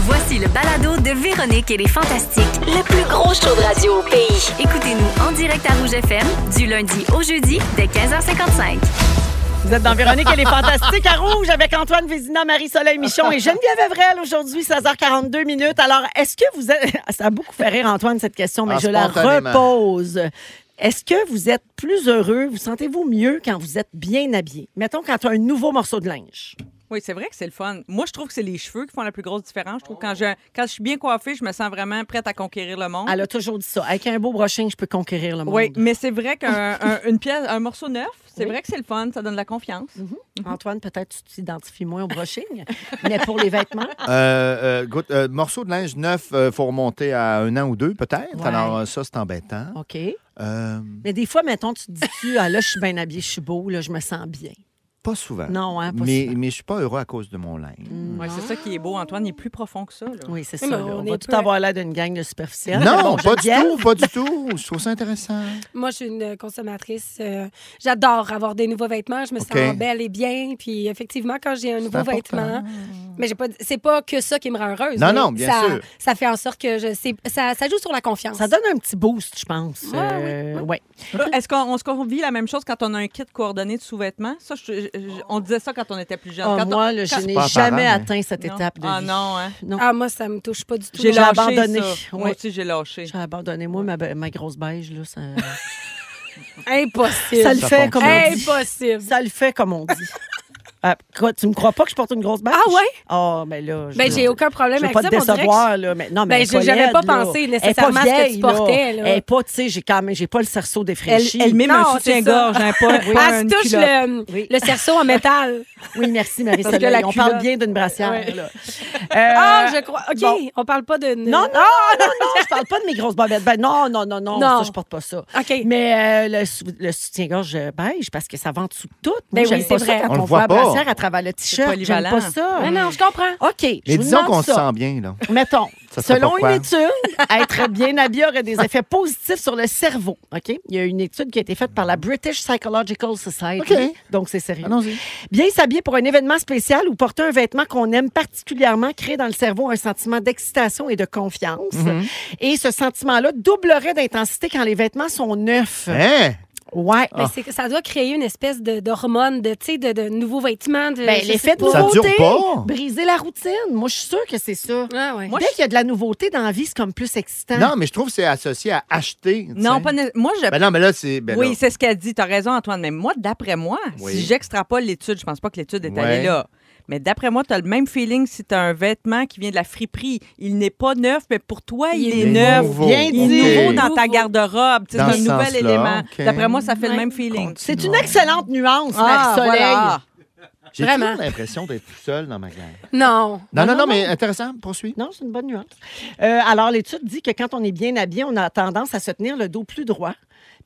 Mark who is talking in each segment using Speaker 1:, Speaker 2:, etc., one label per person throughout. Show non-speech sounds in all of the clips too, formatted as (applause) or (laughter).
Speaker 1: Voici le balado de Véronique et les Fantastiques.
Speaker 2: Le plus gros show de radio au pays.
Speaker 1: Écoutez-nous en direct à Rouge FM du lundi au jeudi dès 15h55.
Speaker 3: Vous êtes dans Véronique, elle est fantastique à Rouge avec Antoine Vézina, Marie-Soleil Michon et Geneviève Evrel aujourd'hui, 16h42 minutes. Alors, est-ce que vous êtes. (laughs) Ça a beaucoup fait rire, Antoine, cette question, mais
Speaker 4: Ah,
Speaker 3: je la
Speaker 4: spontanément.
Speaker 3: repose. Est-ce que vous êtes plus heureux, vous sentez-vous mieux quand vous êtes bien habillé? Mettons quand tu as un nouveau morceau de linge.
Speaker 5: Oui, c'est vrai que c'est le fun. Moi, je trouve que c'est les cheveux qui font la plus grosse différence. Je trouve que
Speaker 3: Oh.
Speaker 5: quand je, quand je suis bien coiffée, je me sens vraiment prête à conquérir le monde.
Speaker 3: Elle a toujours dit ça. Avec un beau brushing, je peux conquérir le monde.
Speaker 5: Oui, mais c'est
Speaker 3: (laughs)
Speaker 5: vrai qu'un un- une pièce, un morceau neuf, c'est
Speaker 3: Oui. Mhm.
Speaker 5: vrai que c'est le fun, ça donne de la confiance.
Speaker 3: Antoine, peut-être tu t'identifies moins au brushing, mais pour les vêtements,
Speaker 4: Euh, euh, écoute, euh, morceau de linge neuf, il faut remonter à un an ou deux, peut-être.
Speaker 3: Ouais.
Speaker 4: Alors, euh, ça, c'est embêtant.
Speaker 3: OK.
Speaker 4: Euh,
Speaker 3: Mais des fois, mettons, tu te dis-tu, ah, là, je suis bien habillée, je suis beau, là, je me sens bien.
Speaker 4: pas souvent.
Speaker 3: Non, hein, pas
Speaker 4: mais,
Speaker 3: souvent. Mm.
Speaker 4: mais je suis pas heureux à cause de mon linge.
Speaker 5: Ouais, c'est ça qui est beau, Antoine, il est plus profond que ça. là.
Speaker 3: Oui, c'est ça.
Speaker 6: Oui, mais
Speaker 3: là. On,
Speaker 6: on
Speaker 3: va
Speaker 6: est
Speaker 3: tout
Speaker 6: peu-
Speaker 3: avoir l'air d'une gang de superficiels. Ah, Mais
Speaker 4: Non,
Speaker 3: bon,
Speaker 4: pas du
Speaker 3: Geneviève,
Speaker 4: tout, pas du tout. Je trouve ça intéressant.
Speaker 3: (laughs)
Speaker 6: Moi, je suis une consommatrice. euh, J'adore avoir des nouveaux vêtements. Je me
Speaker 4: OK.
Speaker 6: sens belle et bien. Puis effectivement, quand j'ai un nouveau
Speaker 4: important.
Speaker 6: vêtement, mais j'ai pas, c'est pas que ça qui me rend heureuse.
Speaker 4: Non,
Speaker 6: mais
Speaker 4: non, bien
Speaker 6: ça,
Speaker 4: sûr.
Speaker 6: Ça fait en sorte que je sais, ça, ça joue sur la confiance.
Speaker 3: Ça donne un petit boost, je pense.
Speaker 6: Ouais,
Speaker 3: Euh, ouais.
Speaker 5: Est-ce qu'on on se qu'on vit la même chose quand on a un kit coordonné de sous-vêtements? Ça, je- je- je- on disait ça quand on était plus jeune.
Speaker 3: Ah,
Speaker 5: Quand on-
Speaker 3: moi, là,
Speaker 5: quand-
Speaker 3: je n'ai
Speaker 4: pas apparent,
Speaker 3: jamais
Speaker 4: mais-
Speaker 3: atteint cette
Speaker 5: Non.
Speaker 3: étape de
Speaker 5: Ah
Speaker 3: vie.
Speaker 5: non, hein?
Speaker 3: Non,
Speaker 6: Ah moi, ça me touche pas du tout.
Speaker 5: J'ai
Speaker 3: J'ai
Speaker 5: lâché
Speaker 3: abandonné.
Speaker 5: ça. Moi
Speaker 3: Ouais.
Speaker 5: aussi, j'ai lâché.
Speaker 3: j'ai abandonné, moi, ma, be- ma grosse beige.
Speaker 6: (laughs)
Speaker 3: Là, ça...
Speaker 6: Impossible.
Speaker 3: ça le
Speaker 4: Ça
Speaker 3: fait,
Speaker 4: fonctionne.
Speaker 3: comme on dit.
Speaker 6: Impossible.
Speaker 3: Ça le fait, comme on dit. Ah, quoi, tu me crois pas que je porte une grosse beige?
Speaker 6: Ah ouais?
Speaker 3: Ah, mais là... je-
Speaker 6: Ben j'ai aucun problème
Speaker 3: Je veux
Speaker 6: avec
Speaker 3: pas
Speaker 6: ça.
Speaker 3: te
Speaker 6: on dirait que je-
Speaker 3: décevoir, là, mais non, mais
Speaker 6: Ben,
Speaker 3: elle est
Speaker 6: j'ai- j'avais
Speaker 3: laide,
Speaker 6: pas
Speaker 3: là.
Speaker 6: pensé
Speaker 3: Elle est pas
Speaker 6: nécessairement à ce que tu
Speaker 3: vieille, là.
Speaker 6: portais, là.
Speaker 3: Elle est pas, tu sais, j'ai quand même, j'ai pas le cerceau
Speaker 5: Elle,
Speaker 3: défraîchi.
Speaker 5: elle met
Speaker 6: Non,
Speaker 5: un
Speaker 6: c'est
Speaker 5: soutien-gorge,
Speaker 6: ça.
Speaker 5: hein,
Speaker 3: (laughs)
Speaker 5: pas, pas
Speaker 6: Ah, tu
Speaker 5: une
Speaker 6: touches
Speaker 5: culotte.
Speaker 6: le,
Speaker 3: Oui.
Speaker 6: le cerceau en métal.
Speaker 3: Oui, merci, marie
Speaker 6: Parce que la
Speaker 3: On
Speaker 6: culotte-
Speaker 3: parle bien d'une brassière.
Speaker 6: Ouais.
Speaker 3: là.
Speaker 6: (laughs) Ah,
Speaker 3: (laughs) Euh,
Speaker 6: je crois. OK,
Speaker 3: bon.
Speaker 6: on parle pas de.
Speaker 3: Non, non, non, non, je parle pas de mes grosses bobettes. Ben, non, non, non, non,
Speaker 6: Non.
Speaker 3: ça, je porte pas ça.
Speaker 6: OK.
Speaker 3: Mais euh, le, sou- le soutien-gorge beige, parce que ça vend sous tout. Moi,
Speaker 6: Ben oui,
Speaker 3: j'aime
Speaker 6: c'est
Speaker 3: pas ça
Speaker 6: vrai.
Speaker 3: quand
Speaker 4: On
Speaker 3: on,
Speaker 4: le
Speaker 3: voit
Speaker 4: voit
Speaker 3: la
Speaker 4: pas.
Speaker 3: brassière à travers le t-shirt. J'aime
Speaker 5: polyvalent.
Speaker 3: pas ça.
Speaker 6: Mais non, je comprends.
Speaker 3: OK, je
Speaker 4: Mais
Speaker 3: vous
Speaker 4: disons
Speaker 3: demande
Speaker 4: qu'on se
Speaker 3: ça.
Speaker 4: sent bien, là.
Speaker 3: Mettons,
Speaker 4: (laughs) Ça serait
Speaker 3: selon
Speaker 4: pourquoi?
Speaker 3: une étude, être bien habillé aurait des effets positifs sur le cerveau. OK? Il y a une étude qui a été faite par la British Psychological Society.
Speaker 4: OK.
Speaker 3: Donc, c'est sérieux.
Speaker 4: Allons-y.
Speaker 3: Bien s'habiller pour un événement spécial ou porter un vêtement qu'on aime particulièrement crée dans le cerveau un sentiment d'excitation et de confiance.
Speaker 4: Mhm.
Speaker 3: Et ce sentiment-là doublerait d'intensité quand les vêtements sont neufs.
Speaker 4: Hein?
Speaker 3: Ouais.
Speaker 6: Mais Ben, c'est que ça doit créer une espèce de- d'hormone, de, tu sais, de, de nouveaux vêtements. De,
Speaker 3: Ben,
Speaker 6: je
Speaker 3: l'effet
Speaker 6: sais
Speaker 3: de
Speaker 6: pas.
Speaker 4: Ça dure
Speaker 3: nouveauté,
Speaker 4: pas.
Speaker 3: briser la routine. Moi, je suis sûre que c'est ça.
Speaker 6: Ah, ouais.
Speaker 5: Moi,
Speaker 3: Dès qu'il y a de la nouveauté dans la vie, c'est comme plus excitant.
Speaker 4: Non, mais je trouve que c'est associé à acheter. tu
Speaker 5: Non,
Speaker 4: sais.
Speaker 5: pas né- moi, je
Speaker 4: Ben non, mais là, c'est. ben
Speaker 5: oui,
Speaker 4: là.
Speaker 5: c'est ce qu'elle dit. T'as raison, Antoine. Mais moi, d'après moi,
Speaker 4: Oui.
Speaker 5: si j'extrapole l'étude, je pense pas que l'étude est allée
Speaker 4: Ouais.
Speaker 5: là. Mais d'après moi, t'as le même feeling si t'as un vêtement qui vient de la friperie. Il n'est pas neuf, mais pour toi, il, est,
Speaker 4: est
Speaker 5: neuf.
Speaker 4: nouveau.
Speaker 3: Bien
Speaker 5: Il est
Speaker 3: dit.
Speaker 5: nouveau
Speaker 4: Ok.
Speaker 5: dans ta garde-robe. Tu sais, C'est
Speaker 4: Dans
Speaker 5: un
Speaker 4: ce
Speaker 5: nouvel
Speaker 4: sens-là,
Speaker 5: élément.
Speaker 4: ok.
Speaker 5: D'après moi, ça fait le même
Speaker 4: Continuons.
Speaker 5: feeling.
Speaker 3: C'est une excellente nuance,
Speaker 5: Ah,
Speaker 3: Marie-Soleil.
Speaker 5: voilà.
Speaker 4: J'ai
Speaker 6: Vraiment.
Speaker 4: toujours l'impression d'être tout seul dans ma glace.
Speaker 6: Non.
Speaker 4: Non, non, non, mais intéressant, poursuis.
Speaker 3: Non, c'est une bonne nuance. Euh, alors, l'étude dit que quand on est bien habillé, on a tendance à se tenir le dos plus droit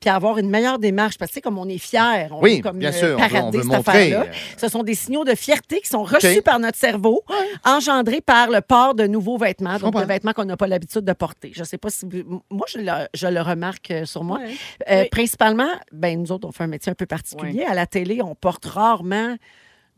Speaker 3: puis à avoir une meilleure démarche. Parce que, tu sais, comme on est fier, on
Speaker 4: Oui,
Speaker 3: est comme
Speaker 4: bien
Speaker 3: euh,
Speaker 4: sûr, on veut- on
Speaker 3: paradé,
Speaker 4: veut
Speaker 3: cette
Speaker 4: montrer,
Speaker 3: affaire-là.
Speaker 4: euh,
Speaker 3: Ce sont des signaux de fierté qui sont reçus
Speaker 4: OK.
Speaker 3: par notre cerveau, engendrés par le port de nouveaux vêtements, donc
Speaker 4: comprends.
Speaker 3: de vêtements qu'on n'a pas l'habitude de porter. Je sais pas si... vous- Moi, je le, je le remarque euh, sur moi.
Speaker 6: Ouais.
Speaker 3: Euh,
Speaker 6: Oui.
Speaker 3: Principalement, ben, nous autres, on fait un métier un peu particulier. À la télé, on porte rarement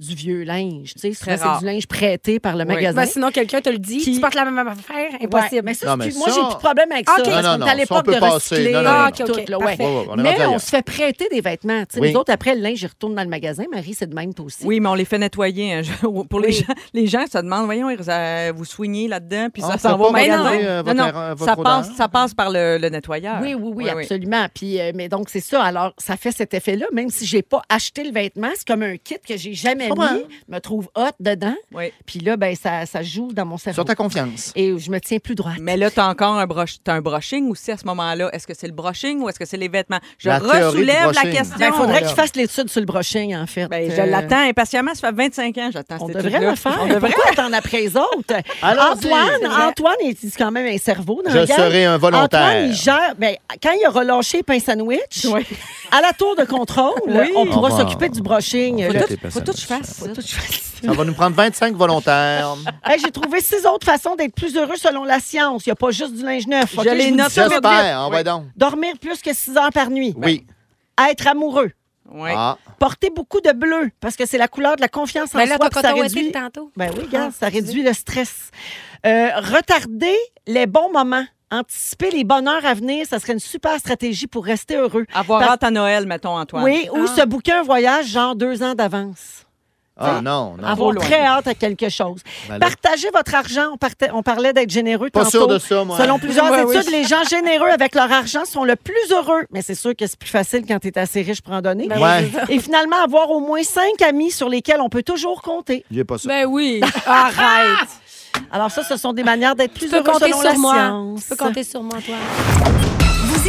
Speaker 3: du vieux linge. Tu sais, souvent,
Speaker 5: Très
Speaker 3: c'est
Speaker 5: rare.
Speaker 3: du linge prêté par le magasin.
Speaker 6: Ben, sinon, quelqu'un te le dit.
Speaker 3: Qui-
Speaker 6: Tu portes la même affaire.
Speaker 3: Ouais,
Speaker 6: Impossible.
Speaker 3: mais ça,
Speaker 4: Non,
Speaker 3: c'est-
Speaker 4: mais
Speaker 3: moi,
Speaker 4: ça-
Speaker 3: j'ai plus de problème avec
Speaker 6: Ah,
Speaker 3: ça.
Speaker 6: ok.
Speaker 3: parce qu'on
Speaker 4: Non, non,
Speaker 3: est à
Speaker 4: non, ça, on
Speaker 3: l'époque
Speaker 4: peut
Speaker 3: de
Speaker 4: passer.
Speaker 3: recycler.
Speaker 4: Non, non,
Speaker 3: là,
Speaker 6: non,
Speaker 3: puis
Speaker 6: non.
Speaker 3: tout,
Speaker 6: Ok,
Speaker 3: là, ouais.
Speaker 6: parfait.
Speaker 4: Ouais, ouais, on est rendu
Speaker 3: Mais
Speaker 4: ailleurs.
Speaker 3: on se fait prêter des vêtements. Tu sais,
Speaker 4: Oui.
Speaker 3: Nous autres, après le linge, je retourne dans le magasin. Marie, c'est de même, toi aussi.
Speaker 5: Oui, mais on les fait nettoyer. hein. Je- (laughs) Pour les gens, les gens se demandent, voyons, ils- euh, vous soignez là-dedans, puis
Speaker 4: Ah,
Speaker 5: ça
Speaker 4: ça
Speaker 5: s'en
Speaker 4: va
Speaker 5: va au
Speaker 4: pas
Speaker 5: magasin.
Speaker 4: regarder, euh, votre
Speaker 5: non,
Speaker 4: erreur,
Speaker 5: non,
Speaker 4: votre
Speaker 5: ça,
Speaker 4: odeur.
Speaker 5: passe, ça passe par le, le nettoyeur.
Speaker 3: Oui, oui, oui, absolument. Puis, euh, mais donc, c'est ça. Alors, ça fait cet effet-là. Même si j'ai pas acheté le vêtement, c'est comme un kit que j'ai jamais
Speaker 4: Je comprends.
Speaker 3: mis, me trouve hot dedans.
Speaker 5: Oui.
Speaker 3: Puis là, ben, ça, ça joue dans mon cerveau.
Speaker 4: Sur ta Oh, confiance.
Speaker 3: Et je me tiens plus droite.
Speaker 5: Mais là, tu as encore un, broche, t'as un brushing aussi à ce moment-là. Est-ce que c'est le brushing ou est-ce que c'est les vêtements? Je
Speaker 4: La théorie du
Speaker 5: ressoulève la
Speaker 4: brushing.
Speaker 5: question.
Speaker 3: Ben, il faudrait
Speaker 4: là.
Speaker 3: qu'il fasse l'étude sur le brushing, en fait.
Speaker 5: Ben,
Speaker 3: Euh,
Speaker 5: je l'attends impatiemment. Ça fait 25 ans que j'attends
Speaker 3: On
Speaker 5: cette
Speaker 3: devrait
Speaker 5: étude-là.
Speaker 3: le faire.
Speaker 5: On devrait.
Speaker 3: Pourquoi attendre après les autres?
Speaker 4: (laughs) Allons-y.
Speaker 3: Antoine, Antoine, il dit quand même un cerveau dans
Speaker 4: Je
Speaker 3: le gang.
Speaker 4: serai un volontaire.
Speaker 3: Antoine, il gère. ben, quand il aura lâché pain sandwich,
Speaker 5: Oui.
Speaker 3: à la tour de contrôle, on pourra
Speaker 4: On va-
Speaker 3: s'occuper du brushing.
Speaker 4: on
Speaker 3: là.
Speaker 4: va
Speaker 5: Faut tout- Faut tout que je fasse.
Speaker 3: Faut tout faire.
Speaker 4: Ça va nous prendre 25 volontaires.
Speaker 3: Hey, J'ai trouvé six autres façons d'être plus heureux selon la science. Il n'y a pas juste du linge neuf. OK,
Speaker 5: Je les
Speaker 3: vous dis
Speaker 5: note
Speaker 3: ça,
Speaker 5: sur
Speaker 3: vite,
Speaker 4: J'espère,
Speaker 3: vite.
Speaker 4: on va donc.
Speaker 3: Dormir plus que six heures par nuit.
Speaker 4: Ah, Oui.
Speaker 3: Être amoureux.
Speaker 5: Ouais.
Speaker 4: Ah,
Speaker 3: Portez beaucoup de bleu parce que c'est la couleur de la confiance en
Speaker 6: Mais Ben là,
Speaker 3: soi.
Speaker 6: t'as
Speaker 3: puis ça
Speaker 6: coton-été
Speaker 3: réduit...
Speaker 6: de tantôt.
Speaker 3: Ben oui, regarde,
Speaker 6: Ah,
Speaker 3: ça réduit le stress. Euh, retardez les bons moments. Anticiper les bonheurs à venir, ça serait une super stratégie pour rester heureux.
Speaker 5: Avoir
Speaker 3: Par-
Speaker 5: hâte à Noël, mettons, Antoine.
Speaker 3: Oui, ou
Speaker 6: Ah.
Speaker 3: se bouquer un voyage genre deux ans d'avance.
Speaker 4: ah non, non.
Speaker 3: Avoir
Speaker 5: Trop loin.
Speaker 3: très hâte à quelque chose.
Speaker 4: Ben là-
Speaker 3: Partagez votre argent. On, parta- on parlait d'être généreux
Speaker 4: Pas
Speaker 3: tantôt.
Speaker 4: sûr de ça, moi.
Speaker 3: Selon plusieurs
Speaker 5: Ouais, oui.
Speaker 3: études, les gens généreux avec leur argent sont le plus heureux. Mais c'est sûr que c'est plus facile quand tu es assez riche pour en donner.
Speaker 6: Ben
Speaker 4: Ouais.
Speaker 6: oui, c'est ça.
Speaker 3: Et finalement, avoir au moins cinq amis sur lesquels on peut toujours compter.
Speaker 4: Il n'y a pas ça.
Speaker 6: Ben oui. (laughs) Arrête.
Speaker 3: Alors ça, ce sont des manières d'être plus
Speaker 6: Tu peux
Speaker 3: heureux
Speaker 6: compter
Speaker 3: selon la
Speaker 6: sur moi.
Speaker 3: science.
Speaker 6: Tu peux compter sur moi, toi.
Speaker 1: Vous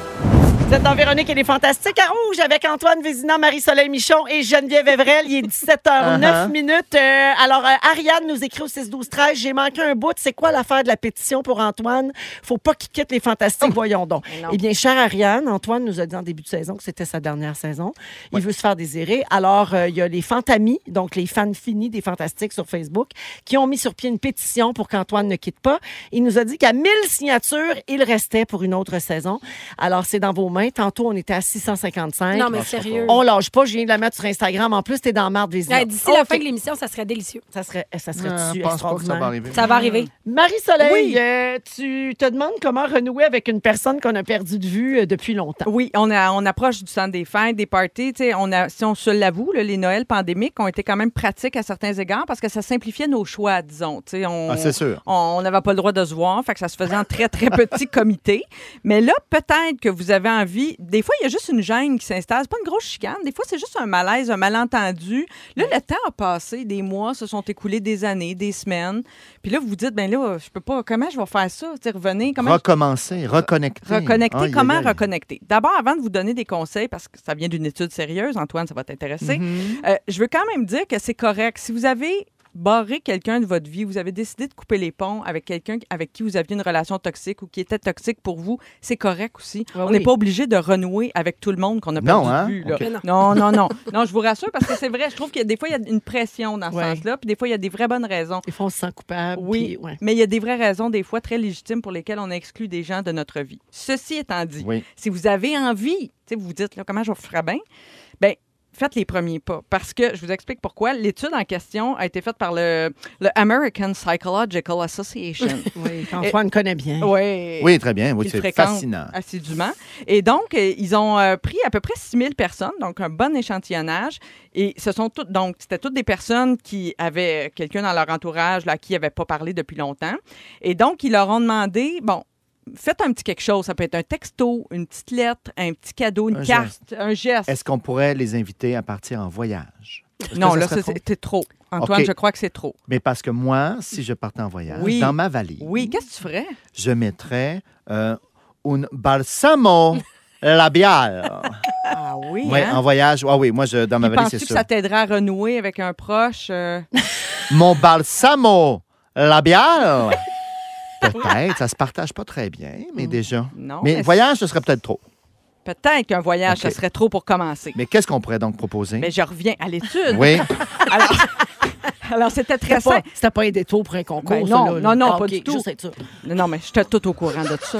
Speaker 3: Vous êtes dans Véronique et les Fantastiques à Rouge avec Antoine Vézina, Marie-Soleil Michon et Geneviève Evrel. Il est 17h09
Speaker 5: Uh-huh.
Speaker 3: minutes. Euh, alors, euh, Ariane nous écrit au 6-12-13. J'ai manqué un bout. C'est quoi l'affaire de la pétition pour Antoine? Faut pas qu'il quitte les Fantastiques, voyons donc.
Speaker 5: Oh. Mais non.
Speaker 3: Eh bien, chère Ariane, Antoine nous a dit en début de saison que c'était sa dernière saison. Il veut se faire désirer. Alors, euh, il y a les Fantamis, donc les fans finis des Fantastiques sur Facebook, qui ont mis sur pied une pétition pour qu'Antoine ne quitte pas. Il nous a dit qu'à 1000 signatures, il restait pour une autre saison. Alors, c'est dans vos mains. Tantôt, on était à 655.
Speaker 6: Non, mais sérieux.
Speaker 3: On lâche pas. Je viens de la mettre sur Instagram. En plus, t'es dans marre des
Speaker 6: Hey, D'ici la fin de l'émission, ça serait délicieux.
Speaker 3: Ça serait, ça serait
Speaker 4: Ah, Je pense pas que ça va arriver.
Speaker 6: Ça va arriver.
Speaker 3: Marie-Soleil,
Speaker 5: Oui.
Speaker 3: euh, tu te demandes comment renouer avec une personne qu'on a perdue de vue euh, depuis longtemps.
Speaker 5: Oui, on, a, on approche du temps des fêtes, des parties. tu sais, On a, si on se l'avoue, là, les Noëls pandémiques ont été quand même pratiques à certains égards parce que ça simplifiait nos choix, disons. tu sais, On,
Speaker 4: Ah, c'est sûr.
Speaker 5: on on n'avait pas le droit de se voir, fait que ça se faisait en très,
Speaker 4: (laughs)
Speaker 5: très petit comité. Mais là, peut-être que vous avez envie. Des fois, il y a juste une gêne qui s'installe. C'est pas une grosse chicane. Des fois, c'est juste un malaise, un malentendu. Là, le temps a passé. Des mois se sont écoulés, des années, des semaines. Puis là, vous vous dites, ben là, je peux pas. Comment je vais faire ça? Tu sais, revenez. Comment
Speaker 4: Recommencer, reconnecter. Ah,
Speaker 5: Reconnecter,
Speaker 4: Aïe, aïe,
Speaker 5: comment
Speaker 4: aïe.
Speaker 5: reconnecter? D'abord, avant de vous donner des conseils, parce que ça vient d'une étude sérieuse, Antoine, ça va t'intéresser,
Speaker 4: Mm-hmm.
Speaker 5: euh, je veux quand même dire que c'est correct. Si vous avez barré quelqu'un de votre vie, vous avez décidé de couper les ponts avec quelqu'un avec qui vous aviez une relation toxique ou qui était toxique pour vous, c'est correct aussi.
Speaker 3: Ouais,
Speaker 5: On
Speaker 3: oui.
Speaker 5: n'est pas obligé de renouer avec tout le monde qu'on a
Speaker 4: Non,
Speaker 5: perdu
Speaker 4: hein?
Speaker 5: de vue, là.
Speaker 4: OK.
Speaker 6: Mais non.
Speaker 5: Non,
Speaker 4: (laughs)
Speaker 5: non, non. Non, je vous rassure parce que c'est vrai. Je trouve que des fois, il y a une pression dans ce
Speaker 3: Ouais.
Speaker 5: sens-là, puis des fois, il y a des vraies bonnes raisons.
Speaker 3: Des fois, on se sent coupable.
Speaker 5: Oui,
Speaker 3: puis, ouais.
Speaker 5: mais il y a des vraies raisons, des fois très légitimes, pour lesquelles on exclut des gens de notre vie. Ceci étant dit,
Speaker 4: Oui.
Speaker 5: si vous avez envie, tu sais, vous vous dites, là, comment je ferai bien? Bien, faites les premiers pas. Parce que, je vous explique pourquoi, l'étude en question a été faite par le, le American Psychological Association.
Speaker 3: Oui, Antoine connaît bien.
Speaker 5: oui.
Speaker 4: Oui, très bien. Oui,
Speaker 5: Ils
Speaker 4: c'est
Speaker 5: fréquentent
Speaker 4: fascinant.
Speaker 5: Assidûment. Et donc, euh, ils ont euh, pris à peu près 6000 personnes, donc un bon échantillonnage. Et ce sont toutes, donc, c'était toutes des personnes qui avaient euh, quelqu'un dans leur entourage là, à qui n'avaient pas parlé depuis longtemps. Et donc, ils leur ont demandé, bon, faites un petit quelque chose. Ça peut être un texto, une petite lettre, un petit cadeau, une
Speaker 4: Un
Speaker 5: carte, un geste.
Speaker 4: Est-ce qu'on pourrait les inviter à partir en voyage? Est-ce que
Speaker 5: Non,
Speaker 4: ça
Speaker 5: là,
Speaker 4: serait
Speaker 5: ça,
Speaker 4: trop?
Speaker 5: c'était trop. Antoine,
Speaker 4: OK.
Speaker 5: je crois que c'est trop.
Speaker 4: Mais parce que moi, si je partais en voyage,
Speaker 5: Oui.
Speaker 4: dans ma valise,
Speaker 5: Oui, qu'est-ce que tu ferais?
Speaker 4: je mettrais euh, un balsamo labial.
Speaker 5: Ah oui,
Speaker 4: Ouais, en voyage. Ah oui, moi, je, dans ma valise, c'est
Speaker 5: Penses-tu que
Speaker 4: sûr.
Speaker 5: ça t'aiderait à renouer avec un proche? euh? (laughs)
Speaker 4: Mon balsamo labial. Peut-être, ça se partage pas très bien, mais déjà.
Speaker 5: Non.
Speaker 4: mais
Speaker 5: est-ce-
Speaker 4: voyage, ce serait peut-être trop.
Speaker 5: Peut-être qu'un voyage,
Speaker 4: OK.
Speaker 5: ça serait trop pour commencer. Mais,
Speaker 4: Mais qu'est-ce qu'on pourrait donc proposer?
Speaker 5: je reviens à l'étude.
Speaker 4: Oui,
Speaker 5: Alors, (laughs) alors, c'était très
Speaker 3: C'était pas,
Speaker 5: simple.
Speaker 3: c'était pas un détour pour un concours.
Speaker 5: Ben non,
Speaker 3: celui-là, là.
Speaker 5: non, non,
Speaker 3: Ah,
Speaker 5: pas
Speaker 3: OK,
Speaker 5: du tout.
Speaker 3: juste être sûr.
Speaker 5: Non, non, mais j'étais tout au courant de tout ça.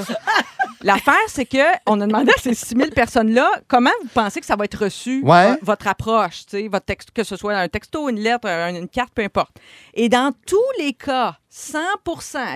Speaker 5: L'affaire, c'est que on a demandé à ces 6000 personnes-là comment vous pensez que ça va être reçu,
Speaker 4: Ouais.
Speaker 5: vo- votre approche, tu sais, votre texte, que ce soit un texto, une lettre, un- une carte, peu importe. Et dans tous les cas, 100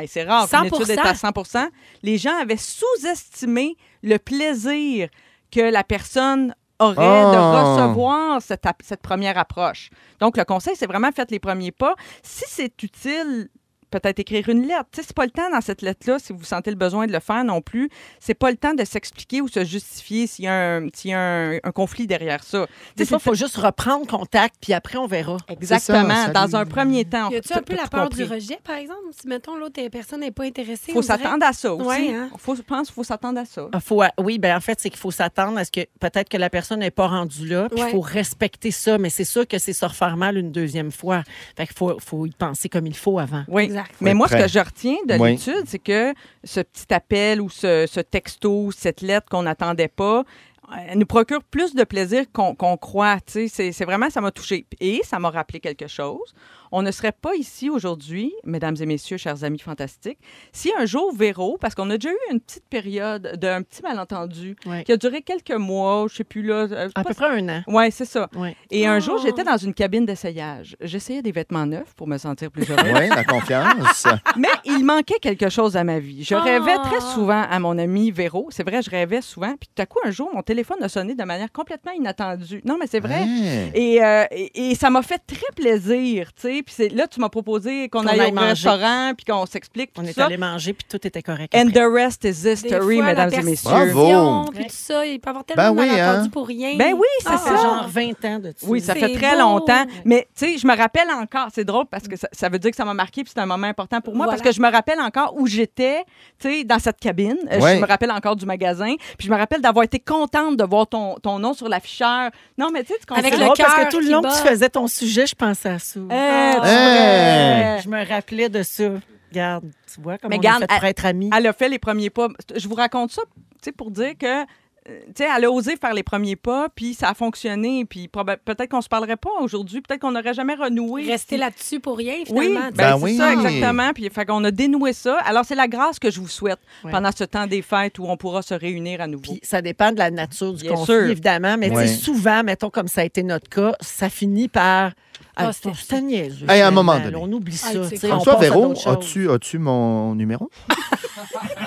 Speaker 5: et c'est rare qu'une étude
Speaker 6: 100%?
Speaker 5: est à 100 les gens avaient sous-estimé le plaisir que la personne aurait de
Speaker 4: Oh.
Speaker 5: recevoir cette, ap- cette première approche. Donc, le conseil, c'est vraiment faites les premiers pas. Si c'est utile, peut-être écrire une lettre. Tu sais, c'est pas le temps dans cette lettre-là, si vous sentez le besoin de le faire non plus, c'est pas le temps de s'expliquer ou se justifier s'il y a un, s'il y a un, un conflit derrière ça. Tu
Speaker 3: Des
Speaker 5: sais,
Speaker 3: fois, il
Speaker 5: c'est-
Speaker 3: faut juste reprendre contact, puis après, on verra.
Speaker 5: Exactement.
Speaker 4: C'est ça,
Speaker 5: dans
Speaker 4: salut.
Speaker 5: un premier temps. on-
Speaker 6: Y a-tu
Speaker 5: t'as-
Speaker 6: un peu
Speaker 5: t'as
Speaker 6: la
Speaker 5: tout
Speaker 6: peur
Speaker 5: compris.
Speaker 6: du rejet, par exemple? Si, mettons, l'autre euh, personne n'est pas intéressée.
Speaker 5: faut
Speaker 6: on dirait-
Speaker 5: s'attendre à ça aussi.
Speaker 6: Ouais, hein.
Speaker 5: faut, je pense qu'il faut s'attendre à ça.
Speaker 3: Ah, Faut, oui, ben en fait, c'est qu'il faut s'attendre à ce que peut-être que la personne n'est pas rendue là, puis il
Speaker 6: Ouais.
Speaker 3: faut respecter ça, mais c'est sûr que c'est se refaire mal une deuxième fois. Fait qu'il faut, faut y penser comme il faut avant.
Speaker 5: Oui.
Speaker 6: Exact.
Speaker 4: Faut
Speaker 5: Mais
Speaker 4: être
Speaker 5: moi, ce
Speaker 4: prêt.
Speaker 5: que je retiens de
Speaker 4: Oui.
Speaker 5: l'étude, c'est que ce petit appel ou ce, ce texto, cette lettre qu'on n'attendait pas, elle nous procure plus de plaisir qu'on qu'on croit. tu sais. C'est c'est vraiment, ça m'a touchée. Et ça m'a rappelé quelque chose. On ne serait pas ici aujourd'hui, mesdames et messieurs, chers amis fantastiques, si un jour Véro, parce qu'on a déjà eu une petite période d'un petit malentendu
Speaker 3: Ouais.
Speaker 5: qui a duré quelques mois, je sais plus là. euh,
Speaker 3: À
Speaker 5: pas
Speaker 3: peu Ah! près un an.
Speaker 5: Ouais, c'est ça.
Speaker 3: Ouais.
Speaker 5: Et un jour, j'étais dans une cabine d'essayage. J'essayais des vêtements neufs pour me sentir plus heureuse.
Speaker 4: Oui, la confiance.
Speaker 5: Mais il manquait quelque chose à ma vie. Je
Speaker 6: Ah.
Speaker 5: rêvais très souvent à mon ami Véro. C'est vrai, je rêvais souvent. Puis tout à coup, un jour, mon téléphone a sonné de manière complètement inattendue. Non, mais c'est vrai.
Speaker 4: Hey.
Speaker 5: Et, euh, et, et ça m'a fait très plaisir, tu sais. Puis c'est- là, tu m'as proposé qu'on
Speaker 3: Qu'on
Speaker 5: aille
Speaker 3: aille
Speaker 5: au
Speaker 3: manger.
Speaker 5: restaurant, puis qu'on s'explique, puis
Speaker 3: On
Speaker 5: tout
Speaker 3: est
Speaker 5: ça.
Speaker 3: allé manger, puis tout était correct.
Speaker 5: And
Speaker 3: après.
Speaker 5: the rest is
Speaker 6: Des
Speaker 5: history,
Speaker 6: fois, la
Speaker 5: mesdames et
Speaker 6: perception,
Speaker 5: messieurs.
Speaker 4: Bravo.
Speaker 6: Puis tout ça, il peut y avoir
Speaker 4: Ben
Speaker 6: tellement de
Speaker 4: oui, hein.
Speaker 6: malentendus pour rien.
Speaker 5: Ben oui, c'est
Speaker 6: Ah.
Speaker 5: ça.
Speaker 3: C'est genre 20 ans de ça.
Speaker 5: Oui, ça
Speaker 6: C'est
Speaker 5: fait très
Speaker 6: beau.
Speaker 5: longtemps. Mais tu sais, je me rappelle encore. C'est drôle parce que ça, ça veut dire que ça m'a marqué puis c'est un moment important pour moi
Speaker 6: Voilà.
Speaker 5: parce que je me rappelle encore où j'étais, tu sais, dans cette cabine. Euh,
Speaker 4: Ouais.
Speaker 5: Je me rappelle encore du magasin. Puis je me rappelle d'avoir été contente de voir ton, ton nom sur l'afficheur. Non, mais tu sais, tu comprends.
Speaker 6: Avec Euh,
Speaker 3: C'est
Speaker 6: le
Speaker 3: drôle parce
Speaker 6: cœur
Speaker 3: que tout le
Speaker 6: qui
Speaker 3: long
Speaker 6: bat.
Speaker 3: que tu faisais ton sujet, je pensais à ça.
Speaker 5: Eh, tu
Speaker 4: Hey.
Speaker 5: vois.
Speaker 3: Je me rappelais de ça. Regarde, tu vois comment
Speaker 5: Mais
Speaker 3: on
Speaker 5: garde,
Speaker 3: est fait pour être amis.
Speaker 5: Elle a fait les premiers pas. Je vous raconte ça, tu sais, pour dire que. euh, Tu sais, elle a osé faire les premiers pas, puis ça a fonctionné, puis proba- peut-être qu'on se parlerait pas aujourd'hui, peut-être qu'on n'aurait jamais renoué.
Speaker 6: Rester
Speaker 5: si-
Speaker 6: là-dessus pour rien,
Speaker 5: Oui,
Speaker 6: finalement.
Speaker 5: ben,
Speaker 4: Ben
Speaker 5: c'est
Speaker 4: oui.
Speaker 5: ça exactement. Puis, fait qu'on a dénoué ça. Alors, c'est la grâce que je vous souhaite
Speaker 3: Ouais.
Speaker 5: pendant ce temps des fêtes où on pourra se réunir à nouveau.
Speaker 3: Puis ça dépend de la nature du
Speaker 5: Bien
Speaker 3: conflit,
Speaker 5: sûr.
Speaker 3: évidemment. Mais tu sais,
Speaker 4: Ouais.
Speaker 3: souvent, mettons, comme ça a été notre cas, ça finit par.
Speaker 6: Ah,
Speaker 3: Ah,
Speaker 6: c'était-
Speaker 3: c'était niaiseux.
Speaker 4: Hey, à un moment
Speaker 3: finalement,
Speaker 4: donné.
Speaker 3: là, On oublie
Speaker 6: Ah,
Speaker 3: ça.
Speaker 6: tu sais,
Speaker 3: tu sais, on
Speaker 4: François
Speaker 3: passe à
Speaker 4: Véro,
Speaker 3: d'autres choses.
Speaker 4: as-tu as-tu mon numéro?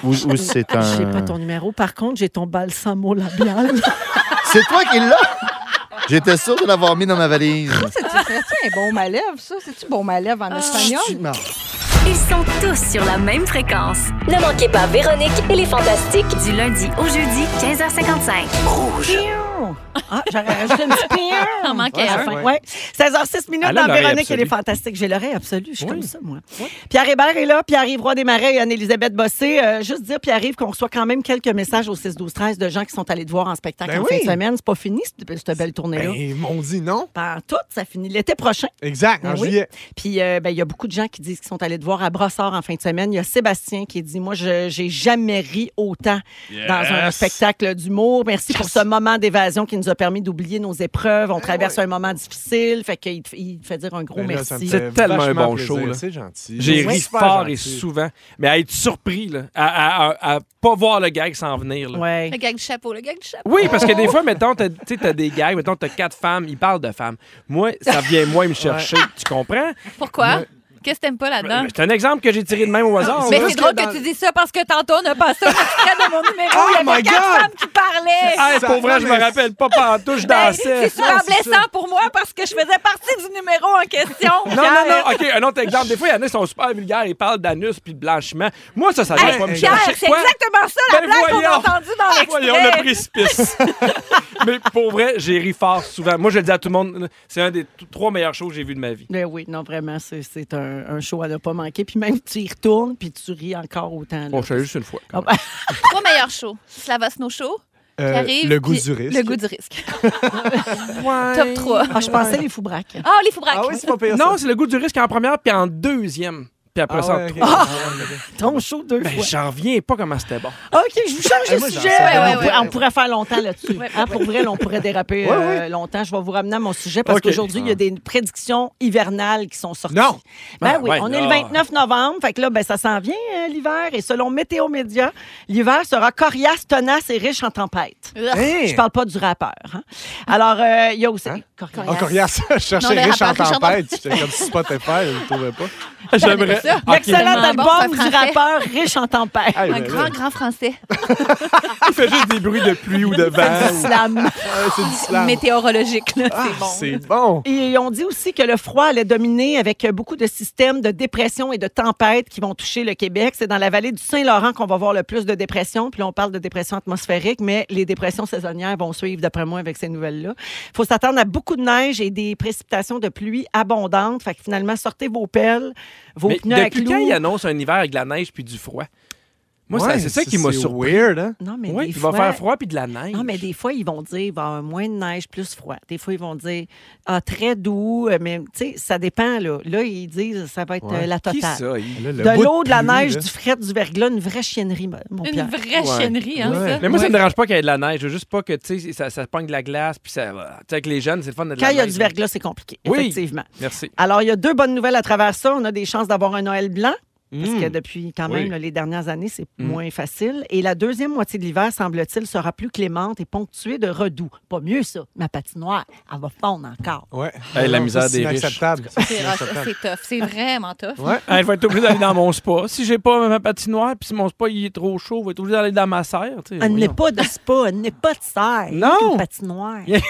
Speaker 4: ou ou c'est un.
Speaker 3: Ah, Je sais pas ton numéro. Par contre, j'ai ton balsamo labial.
Speaker 4: C'est toi qui l'as? J'étais sûr de l'avoir mis dans ma valise.
Speaker 5: C'est un bon malève, ça? C'est-tu bon malève en
Speaker 4: Tu m'as-
Speaker 1: Ils sont tous sur la même fréquence.
Speaker 2: Ne manquez pas Véronique et les Fantastiques.
Speaker 1: Du lundi au jeudi, 15h55.
Speaker 3: Ah, j'aurais rajouté
Speaker 7: (laughs)
Speaker 3: une petite pierre.
Speaker 7: En manquait
Speaker 3: à la
Speaker 7: un.
Speaker 3: fin. Ouais. 16h06 minutes
Speaker 8: Elle a
Speaker 3: dans
Speaker 8: l'oreille
Speaker 3: Véronique, elle est
Speaker 8: absolue.
Speaker 3: fantastique. J'ai l'oreille absolue, je suis
Speaker 8: Oui.
Speaker 3: comme ça, moi. Pierre Hébert est là, Pierre-Yves Roy Desmarais et Anne-Élisabeth Bossé. Euh, juste dire, Pierre-Yves, qu'on reçoit quand même quelques messages au 6-12-13 de gens qui sont allés te voir en spectacle
Speaker 8: Ben
Speaker 3: en
Speaker 8: oui.
Speaker 3: fin de semaine. C'est pas fini, cette, cette belle tournée-là.
Speaker 8: Ben, ils m'ont dit non.
Speaker 3: Par tout, ça finit l'été prochain.
Speaker 8: Exact,
Speaker 3: Ben
Speaker 8: en
Speaker 3: oui.
Speaker 8: juillet.
Speaker 3: Puis euh, ben, il y a beaucoup de gens qui disent qu'ils sont allés te voir à Brossard en fin de semaine. Il y a Sébastien qui dit Moi, je j'ai jamais ri autant dans un
Speaker 8: Yes.
Speaker 3: spectacle d'humour. Merci pour ce moment d'évasion qui nous a permis d'oublier nos épreuves. On traverse un moment difficile. Fait qu'il te- il te fait dire un gros
Speaker 8: Ben là, ça me
Speaker 3: Oh, merci.
Speaker 8: fait
Speaker 9: C'est tellement un
Speaker 8: vachement
Speaker 9: bon
Speaker 8: plaisir.
Speaker 9: show, là.
Speaker 8: C'est gentil.
Speaker 9: J'ai
Speaker 8: Ouais,
Speaker 9: ri
Speaker 8: super
Speaker 9: fort et
Speaker 8: gentil.
Speaker 9: souvent, mais à être surpris, là, à, à, à- à pas voir le gag s'en venir. là.
Speaker 3: Ouais.
Speaker 7: Le gag du chapeau, le gag du chapeau.
Speaker 9: Oui, parce que des fois, mettons, t'as tu sais, t'as des gags, mettons, t'as quatre femmes, ils parlent de femmes. Moi, ça vient moi me chercher, tu comprends?
Speaker 7: Pourquoi? Qu'est-ce que t'aimes pas là-dedans?
Speaker 9: C'est un exemple que j'ai tiré de même au hasard.
Speaker 7: Mais
Speaker 9: là.
Speaker 7: c'est drôle que tu dis ça parce que tantôt, on a passé un extrait de mon numéro.
Speaker 8: Oh
Speaker 7: Il y avait
Speaker 8: my
Speaker 7: quatre
Speaker 8: God!
Speaker 7: femmes qui parlaient.
Speaker 9: Hey, pour vrai, je me
Speaker 8: Mais-
Speaker 9: rappelle pas partout, je
Speaker 7: Ben,
Speaker 9: dansais.
Speaker 7: C'est super
Speaker 9: Ouais, c'est ça.
Speaker 7: blessant pour moi parce que je faisais partie du numéro en question.
Speaker 9: Non, non, non, OK, un autre exemple. Des fois, il y en a qui sont super vulgaires, ils parlent d'anus puis de blanchiment. Moi, ça, ça vient pas me
Speaker 7: Pierre,
Speaker 9: chercher.
Speaker 7: c'est
Speaker 9: Quoi?
Speaker 7: exactement ça la
Speaker 9: Ben
Speaker 7: blague qu'on a
Speaker 9: voyons. Ah,
Speaker 7: entendue dans
Speaker 9: Voyons le
Speaker 7: l'extrait.
Speaker 9: précipice. Mais pour vrai, j'ai ri fort souvent. Moi, je le dis à tout le monde, c'est un des t- trois meilleurs shows que j'ai vu de ma vie.
Speaker 3: Ben oui, non, vraiment, c'est- c'est un, un show à ne pas manquer. Puis même, tu y retournes, puis tu ris encore autant. là.
Speaker 9: Bon, je suis allé juste une fois. quand
Speaker 3: Ah,
Speaker 9: même.
Speaker 3: ben,
Speaker 7: Trois meilleurs shows. Slava Snow Show,
Speaker 8: Euh,
Speaker 7: Pierre-Yves,
Speaker 8: le goût
Speaker 7: puis-
Speaker 8: du risque.
Speaker 7: Le goût du risque. Top 3.
Speaker 3: ah, je pensais les fous braques.
Speaker 7: Ah, les fous
Speaker 8: Ah oui, c'est pas pire.
Speaker 9: Non, c'est le goût du risque en première puis en deuxième. Puis après ça,
Speaker 8: Ah
Speaker 9: en
Speaker 8: ouais, ok.
Speaker 9: trois.
Speaker 3: Ton show deux
Speaker 9: Ben,
Speaker 3: fois.
Speaker 9: j'en reviens pas comment c'était bon.
Speaker 3: OK, je vous change
Speaker 8: Eh,
Speaker 3: de
Speaker 8: moi, j'en
Speaker 3: sujet.
Speaker 8: sais
Speaker 7: rien.
Speaker 3: On
Speaker 7: Ouais, ouais,
Speaker 3: pourrait-
Speaker 7: ouais,
Speaker 3: On pourrait faire longtemps là-dessus.
Speaker 7: Ouais,
Speaker 3: Hein, Pour vrai, là, on pourrait déraper
Speaker 8: Ouais, Ah.
Speaker 3: euh, longtemps. Je vais vous ramener à mon sujet parce
Speaker 9: OK.
Speaker 3: qu'aujourd'hui, il y a des prédictions hivernales qui sont sorties.
Speaker 8: Non.
Speaker 3: Ben
Speaker 9: Ah,
Speaker 3: oui,
Speaker 9: ouais,
Speaker 3: on est le
Speaker 9: là.
Speaker 3: 29 novembre. Fait que là, ben, ça s'en vient, hein, l'hiver. Et selon Météo Média, l'hiver sera coriace, tenace et riche en tempêtes.
Speaker 8: Hein?
Speaker 3: Je parle pas du rappeur. hein. Alors, euh, il y a aussi. Coriace.
Speaker 8: Encore hier, je
Speaker 7: Non,
Speaker 8: cherchais
Speaker 7: le
Speaker 8: Riche en
Speaker 7: rappeur Richard
Speaker 8: tempête. J'étais comme si Spotify, je le trouvais pas.
Speaker 9: (laughs) J'aimerais.
Speaker 7: ça.
Speaker 9: Ok,
Speaker 3: L'excellent
Speaker 7: Tellement
Speaker 3: album
Speaker 7: bon, ça
Speaker 3: du
Speaker 7: français.
Speaker 3: rappeur riche en
Speaker 8: (laughs)
Speaker 3: tempêtes.
Speaker 8: Hey,
Speaker 7: Un
Speaker 8: ben là,
Speaker 7: grand, grand français.
Speaker 9: Il fait juste des bruits de pluie ou de vent. ou-
Speaker 3: Slam.
Speaker 8: euh, C'est du slam.
Speaker 7: Météorologique, là.
Speaker 8: Ah,
Speaker 7: C'est
Speaker 8: c'est
Speaker 7: bon.
Speaker 8: bon.
Speaker 3: Et on dit aussi que le froid allait dominer avec beaucoup de systèmes de dépression et de tempêtes qui vont toucher le Québec. C'est dans la vallée du Saint-Laurent qu'on va voir le plus de dépression. Puis là, on parle de dépression atmosphérique, mais les dépressions saisonnières vont suivre, d'après moi, avec ces nouvelles-là. Il faut s'attendre à beaucoup de neige et des précipitations de pluie abondantes. Fait que finalement, sortez vos pelles, vos
Speaker 9: Mais
Speaker 3: pneus à
Speaker 9: depuis
Speaker 3: clous.
Speaker 9: quand il annonce un hiver avec de la neige puis du froid? Moi, ça-
Speaker 8: Ouais,
Speaker 9: c'est ça qui m'a surpris.
Speaker 8: weird, hein?
Speaker 3: Non, mais
Speaker 9: Oui,
Speaker 3: des
Speaker 9: il
Speaker 3: fois...
Speaker 9: va faire froid puis de la neige.
Speaker 3: Non, mais des fois, ils vont dire, il va y avoir moins de neige, plus froid. Des fois, ils vont dire, ah, très doux, euh, mais tu sais, ça dépend, là. Là, ils disent, ça va être euh, la
Speaker 9: Qui
Speaker 3: totale.
Speaker 9: ça? il-
Speaker 8: Là, le bout
Speaker 3: De l'eau, de la
Speaker 8: pluie,
Speaker 3: neige,
Speaker 8: là.
Speaker 3: du fret, du verglas, une vraie chiennerie, mon mon
Speaker 7: Une
Speaker 3: Pierre.
Speaker 7: vraie
Speaker 9: Ouais.
Speaker 7: chiennerie, hein,
Speaker 8: Ouais.
Speaker 7: ça?
Speaker 9: Mais moi, ça
Speaker 7: Ouais.
Speaker 9: me dérange pas qu'il y ait de la neige. Je veux juste pas que, tu sais, ça, ça pogne de la glace. Puis ça. Tu sais, avec les jeunes, c'est le fun de la
Speaker 3: Quand il y a
Speaker 9: neige.
Speaker 3: du verglas, c'est compliqué,
Speaker 9: Oui.
Speaker 3: effectivement.
Speaker 9: Merci.
Speaker 3: Alors, il y a deux bonnes nouvelles à travers ça. On a des chances d'avoir un Noël blanc. Parce
Speaker 9: Mm.
Speaker 3: que depuis, quand même,
Speaker 9: Oui.
Speaker 3: là, les dernières années, c'est
Speaker 9: Mm.
Speaker 3: moins facile. Et la deuxième moitié de l'hiver, semble-t-il, sera plus clémente et ponctuée de redoux. Pas mieux, ça. Ma patinoire, elle va fondre encore.
Speaker 8: Ouais.
Speaker 9: Hey, la
Speaker 8: Non,
Speaker 9: misère
Speaker 8: ça, c'est
Speaker 9: des riches.
Speaker 8: inacceptable. Ça, C'est
Speaker 7: C'est rough,
Speaker 8: inacceptable.
Speaker 7: c'est tough, c'est vraiment tough.
Speaker 8: Ouais.
Speaker 9: Hey, je vais Ah, être obligé d'aller dans mon spa. Si j'ai pas ma patinoire, puis si mon spa il est trop chaud, je vais être obligé d'aller dans ma serre. tu sais.
Speaker 3: Elle n'est
Speaker 9: Voyons.
Speaker 3: pas de spa, elle n'est pas de serre.
Speaker 9: Non.
Speaker 3: Une patinoire. (laughs)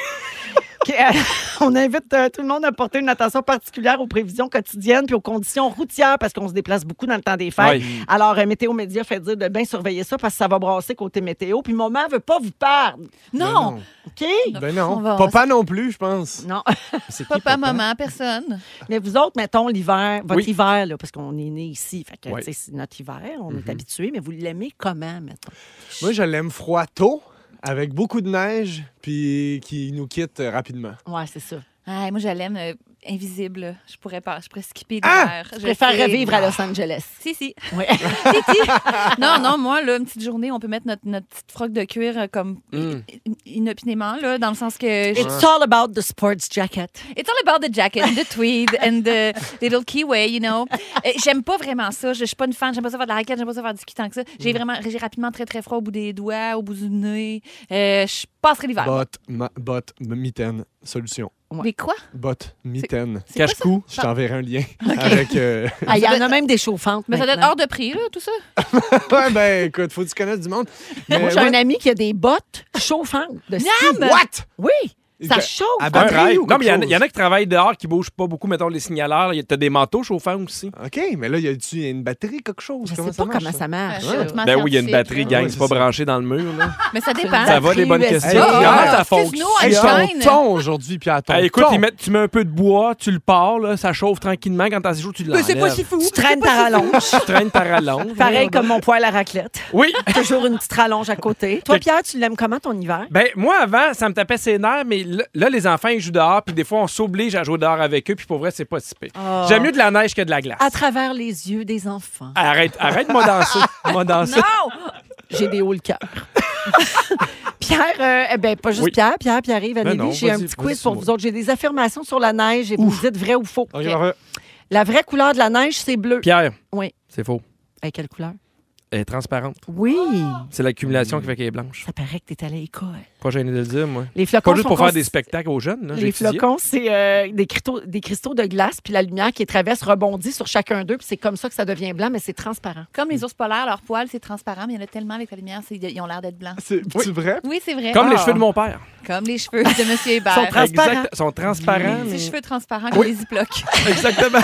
Speaker 3: OK, euh, on invite euh, tout le monde à porter une attention particulière aux prévisions quotidiennes puis aux conditions routières parce qu'on se déplace beaucoup dans le temps des fêtes.
Speaker 9: Ouais.
Speaker 3: Alors, euh, Météo Média fait dire de bien surveiller ça parce que ça va brasser côté météo. Puis maman veut pas vous perdre.
Speaker 7: Non,
Speaker 3: OK?
Speaker 8: Ben
Speaker 7: On
Speaker 8: non.
Speaker 7: va-
Speaker 8: Papa non plus, je pense.
Speaker 3: Non. (laughs)
Speaker 9: C'est qui,
Speaker 7: papa, maman, personne.
Speaker 3: Mais vous autres, mettons l'hiver, votre
Speaker 9: Oui.
Speaker 3: hiver, là, parce qu'on est né ici. Fait que,
Speaker 9: Ouais.
Speaker 3: tu sais, c'est notre hiver, on
Speaker 9: Mm-hmm.
Speaker 3: est habitué, mais vous l'aimez comment, mettons?
Speaker 8: Moi, je l'aime froid tôt, avec beaucoup de neige, puis qui nous quitte euh, rapidement.
Speaker 3: Ouais, c'est ça.
Speaker 7: Ah, moi, je l'aime euh, invisible. Je pourrais pas, je pourrais skipper
Speaker 8: Ah!
Speaker 7: l'hiver.
Speaker 3: Je préfère revivre à Los Angeles.
Speaker 7: Si, si.
Speaker 3: Ouais.
Speaker 7: (laughs) Si, si. non, non, moi, là, une petite journée, on peut mettre notre, notre petite froc de cuir euh, comme
Speaker 9: Mm.
Speaker 7: in- inopinément, là, dans le sens que... je-
Speaker 3: It's all about the sports jacket.
Speaker 7: It's all about the jacket and the tweed and the little keyway, you (laughs) know. Euh, J'aime pas vraiment ça. Je, je suis pas une fan. J'aime pas ça faire de la raquette. J'aime pas ça faire du ski tant que ça. J'ai vraiment, j'ai rapidement très, très froid au bout des doigts, au bout du nez. Euh, je passerai l'hiver.
Speaker 8: Botte, ma- botte, mitaine, solution.
Speaker 7: Des quoi?
Speaker 8: Botte, mitaine.
Speaker 7: C'est quoi ça?
Speaker 9: Cache-cou.
Speaker 8: Je t'enverrai un lien avec. euh, (laughs)
Speaker 3: Ah, Il y en a même des chauffantes.
Speaker 7: Mais ça doit être
Speaker 3: maintenant.
Speaker 7: hors de prix, là, tout ça.
Speaker 8: ouais, ben écoute, faut que tu connaisses du monde. Mais
Speaker 3: Moi, j'ai
Speaker 8: ouais.
Speaker 3: un ami qui a des bottes chauffantes de ski.
Speaker 8: What?
Speaker 3: Oui, ça
Speaker 8: Que-
Speaker 3: chauffe.
Speaker 8: Ah ben,
Speaker 9: Un
Speaker 8: Un
Speaker 9: rêve.
Speaker 8: rêve ou
Speaker 9: Non, mais il y, en a-
Speaker 8: quelque
Speaker 9: il y en a qui travaillent dehors, qui bougent pas beaucoup, mettons les signaleurs. Il y a- T'as des manteaux chauffants aussi.
Speaker 8: OK, mais là, y a-tu une batterie, quelque chose?
Speaker 3: Je sais
Speaker 8: Comment
Speaker 3: pas
Speaker 8: ça marche,
Speaker 3: comment
Speaker 8: ça?
Speaker 3: ça marche.
Speaker 7: Euh, hautement
Speaker 9: Ben oui, il y a une
Speaker 7: scientifique,
Speaker 9: batterie,
Speaker 7: là.
Speaker 9: gang.
Speaker 8: Ouais,
Speaker 9: c'est
Speaker 8: c'est
Speaker 9: pas
Speaker 8: ça.
Speaker 9: branché dans le mur. Là.
Speaker 7: Mais ça dépend.
Speaker 9: Ça va,
Speaker 3: batterie
Speaker 9: les bonnes
Speaker 3: USB.
Speaker 9: questions.
Speaker 8: Oh,
Speaker 9: Comment ça
Speaker 7: excuse-nous,
Speaker 8: Hey,
Speaker 9: fonctionne?
Speaker 7: elle
Speaker 8: je suis en
Speaker 7: Einstein.
Speaker 8: ton aujourd'hui, puis à ton
Speaker 9: (laughs) Hey, écoute,
Speaker 8: ton.
Speaker 9: ils mettent- tu mets un peu de bois, tu le pars, là, ça chauffe tranquillement. Quand t'as assez chaud, tu l'enlèves.
Speaker 3: fou. Tu traînes ta rallonge.
Speaker 9: (laughs) Tu traînes ta rallonge.
Speaker 3: Pareil
Speaker 9: Merde.
Speaker 3: comme mon poêle à raclette.
Speaker 9: Oui.
Speaker 3: (laughs) Toujours une petite rallonge à côté. Toi, Pierre, tu l'aimes comment ton hiver?
Speaker 9: Ben, moi, avant, ça me tapait ses nerfs, mais là, là, les enfants, ils jouent dehors, puis des fois, on s'oblige à jouer dehors avec eux, puis pour vrai, c'est pas si pire. J'aime mieux de la neige que de la glace.
Speaker 3: Ah. À travers les yeux des enfants,
Speaker 9: Arrête, arrête-moi danser. Moi danser.
Speaker 3: j'ai des hauts le cœur. (laughs) Pierre, euh, eh ben pas juste
Speaker 9: Oui. Ben
Speaker 3: Pierre, Pierre, Pierre arrive,
Speaker 9: non,
Speaker 3: Valérie, j'ai un
Speaker 9: vas-y,
Speaker 3: petit
Speaker 9: vas-y,
Speaker 3: quiz pour
Speaker 9: dis-moi.
Speaker 3: vous autres. J'ai des affirmations sur la neige et vous me dites vrai ou faux.
Speaker 8: OK, parfait.
Speaker 3: La vraie couleur de la neige, c'est bleu.
Speaker 9: Pierre.
Speaker 3: Oui.
Speaker 9: C'est faux.
Speaker 3: Eh, quelle couleur?
Speaker 9: Elle est transparente.
Speaker 3: Oui,
Speaker 9: C'est l'accumulation qui fait qu'elle est blanche.
Speaker 3: ça paraît que t'es allé à l'école.
Speaker 9: Pas gêné de le dire, moi.
Speaker 3: Les flocons
Speaker 9: Pas juste
Speaker 3: sont
Speaker 9: pour faire
Speaker 3: consti-
Speaker 9: des spectacles aux jeunes. Là, j'ai
Speaker 3: Les
Speaker 9: étudié.
Speaker 3: flocons, c'est euh, des, cristaux, des cristaux de glace, puis la lumière qui les traverse rebondit sur chacun d'eux, puis c'est comme ça que ça devient blanc, mais c'est transparent.
Speaker 7: Comme les ours polaires, leur poil, c'est transparent, mais il y en a tellement avec la lumière, c'est- ils ont l'air d'être blancs.
Speaker 8: C'est c'est vrai?
Speaker 7: Oui, c'est vrai.
Speaker 9: Comme les
Speaker 3: Ah.
Speaker 9: cheveux de mon père.
Speaker 7: Comme les cheveux de M. Hébert.
Speaker 3: Sont trans- Transparent.
Speaker 9: Exact- sont transparents.
Speaker 7: Ces
Speaker 9: mais-
Speaker 7: cheveux transparents comme les
Speaker 9: (laughs)
Speaker 7: ziplocs.
Speaker 9: Exactement.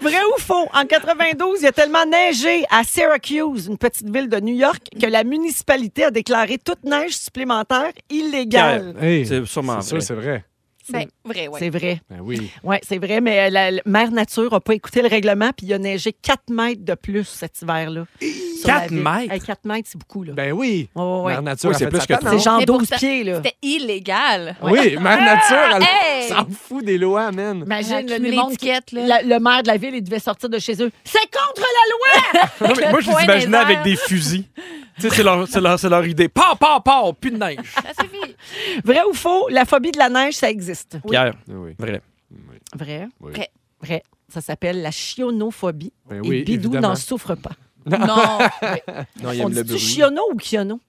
Speaker 3: Vrai ou faux? En 92, il a tellement neigé à Syracuse, une petite ville de New York, que la municipalité a déclaré toute neige supplémentaire illégale.
Speaker 8: Hey,
Speaker 9: C'est sûrement
Speaker 8: sûr,
Speaker 9: vrai.
Speaker 8: c'est vrai.
Speaker 7: Ben, vrai, oui.
Speaker 3: C'est vrai.
Speaker 8: Ben oui.
Speaker 3: Oui, c'est vrai, mais euh, la, la mère nature n'a pas écouté le règlement, puis il a neigé 4 mètres de plus cet hiver-là. sur la
Speaker 9: 4
Speaker 3: ville.
Speaker 9: mètres?
Speaker 3: Hey, 4 mètres, c'est beaucoup, là. Ben,
Speaker 8: Ben oui.
Speaker 3: Ouais, ouais, ouais.
Speaker 8: Mère Nature,
Speaker 9: Oui,
Speaker 8: elle
Speaker 9: c'est
Speaker 8: fait
Speaker 9: plus
Speaker 8: sa
Speaker 9: que
Speaker 8: tarte,
Speaker 9: trop.
Speaker 3: C'est
Speaker 8: non?
Speaker 3: genre Ah,
Speaker 7: Mais
Speaker 3: 12
Speaker 7: pourtant,
Speaker 3: pieds, là.
Speaker 7: C'était illégal.
Speaker 8: Oui, Mère Nature, elle
Speaker 7: Hey!
Speaker 8: s'en fout des lois, man.
Speaker 3: Imagine le,
Speaker 7: Accumuler
Speaker 3: le monde qui-
Speaker 7: l'étiquette, là.
Speaker 3: la- le maire de la ville, il devait sortir de chez eux. C'est contre la loi!
Speaker 9: Non, mais moi, je les
Speaker 7: Point
Speaker 9: imaginais
Speaker 7: des
Speaker 9: avec
Speaker 7: airs.
Speaker 9: des fusils. Tu sais, c'est leur, c'est leur, c'est leur idée. Pas, pas, pas, plus de neige.
Speaker 7: Ça suffit.
Speaker 3: (laughs) Vrai ou faux, la phobie de la neige, ça existe.
Speaker 9: Pierre,
Speaker 8: Oui.
Speaker 9: vrai.
Speaker 3: Vrai.
Speaker 8: Oui.
Speaker 7: Vrai.
Speaker 3: Vrai. Ça s'appelle la chionophobie.
Speaker 8: Ben
Speaker 3: Et
Speaker 8: oui,
Speaker 3: Bidou
Speaker 8: évidemment.
Speaker 3: n'en souffre pas.
Speaker 7: (laughs) (laughs) Non.
Speaker 9: Non, il
Speaker 3: On
Speaker 9: aime le
Speaker 3: dit
Speaker 9: bruit.
Speaker 3: chiono ou chiono?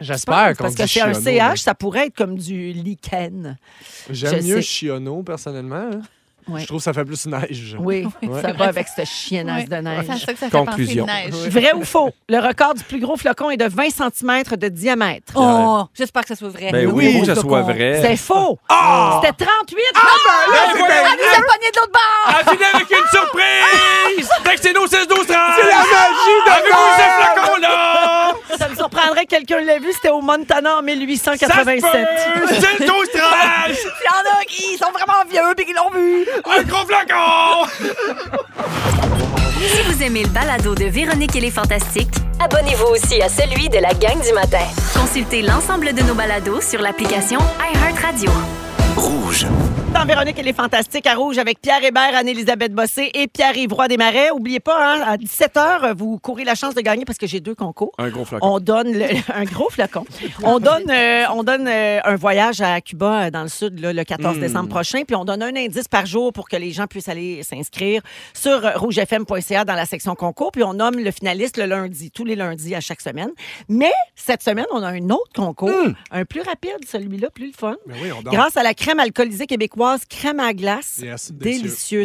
Speaker 8: J'espère qu'on
Speaker 3: Parce que
Speaker 8: dit
Speaker 3: c'est un
Speaker 8: Chiono,
Speaker 3: CH, ça pourrait être comme du lichen.
Speaker 8: mais
Speaker 3: je
Speaker 8: J'aime mieux
Speaker 3: sais.
Speaker 8: Chiono, personnellement. hein.
Speaker 3: Ouais.
Speaker 8: Je trouve que ça fait plus neige.
Speaker 3: Oui, (laughs)
Speaker 8: Ouais.
Speaker 3: ça va avec ce chienasse
Speaker 7: Ouais.
Speaker 3: de neige.
Speaker 7: C'est à ça que ça
Speaker 9: Conclusion.
Speaker 7: fait penser de neige.
Speaker 3: Vrai ou faux? Le record du plus gros flocon est de 20 cm de diamètre.
Speaker 7: Oh, j'espère que ça soit vrai.
Speaker 8: Mais
Speaker 9: Ben oui,
Speaker 8: oui,
Speaker 9: faut que ça
Speaker 8: faut
Speaker 9: soit
Speaker 8: qu'on-
Speaker 9: vrai.
Speaker 3: C'est faux! C'était 38!
Speaker 9: Ah, ben,
Speaker 7: Ah, nous a pogné de l'autre bord!
Speaker 9: Elle finit avec une surprise! Textez-nous 16 12 30
Speaker 8: C'est la magie de
Speaker 9: Avez-vous
Speaker 8: Noël!
Speaker 9: ce flacon-là?
Speaker 3: Ça me surprendrait que quelqu'un l'ait vu, c'était au Montana en 1887.
Speaker 9: (laughs) C'est le 12 30
Speaker 7: Il y en a qui sont vraiment vieux et qui l'ont vu!
Speaker 9: Un gros flacon!
Speaker 1: Si vous aimez le balado de Véronique et les Fantastiques,
Speaker 2: Abonnez-vous aussi à celui de la gang du matin.
Speaker 1: consultez l'ensemble de nos balados sur l'application iHeartRadio.
Speaker 3: Dans Véronique, elle est fantastique à Rouge avec Pierre Hébert, Anne-Élisabeth Bossé et Pierre-Yves Roy Desmarais. Oubliez pas, hein, à 17h, vous courez la chance de gagner parce que j'ai deux concours.
Speaker 9: Un gros flacon.
Speaker 3: On donne le- (laughs) un gros flacon. On donne, euh, on donne euh, un voyage à Cuba euh, dans le sud là, le 14
Speaker 8: Hmm.
Speaker 3: décembre prochain, puis on donne un indice par jour pour que les gens puissent aller s'inscrire sur euh, rougefm.ca dans la section concours, puis on nomme le finaliste le lundi, tous les lundis à chaque semaine. Mais cette semaine, on a un autre concours, un plus rapide, celui-là, plus le fun.
Speaker 8: Mais Hmm. Ben oui, on dort.
Speaker 3: Grâce à la crème alcoolisée québécoise, crème à glace,
Speaker 8: Yes, délicieux.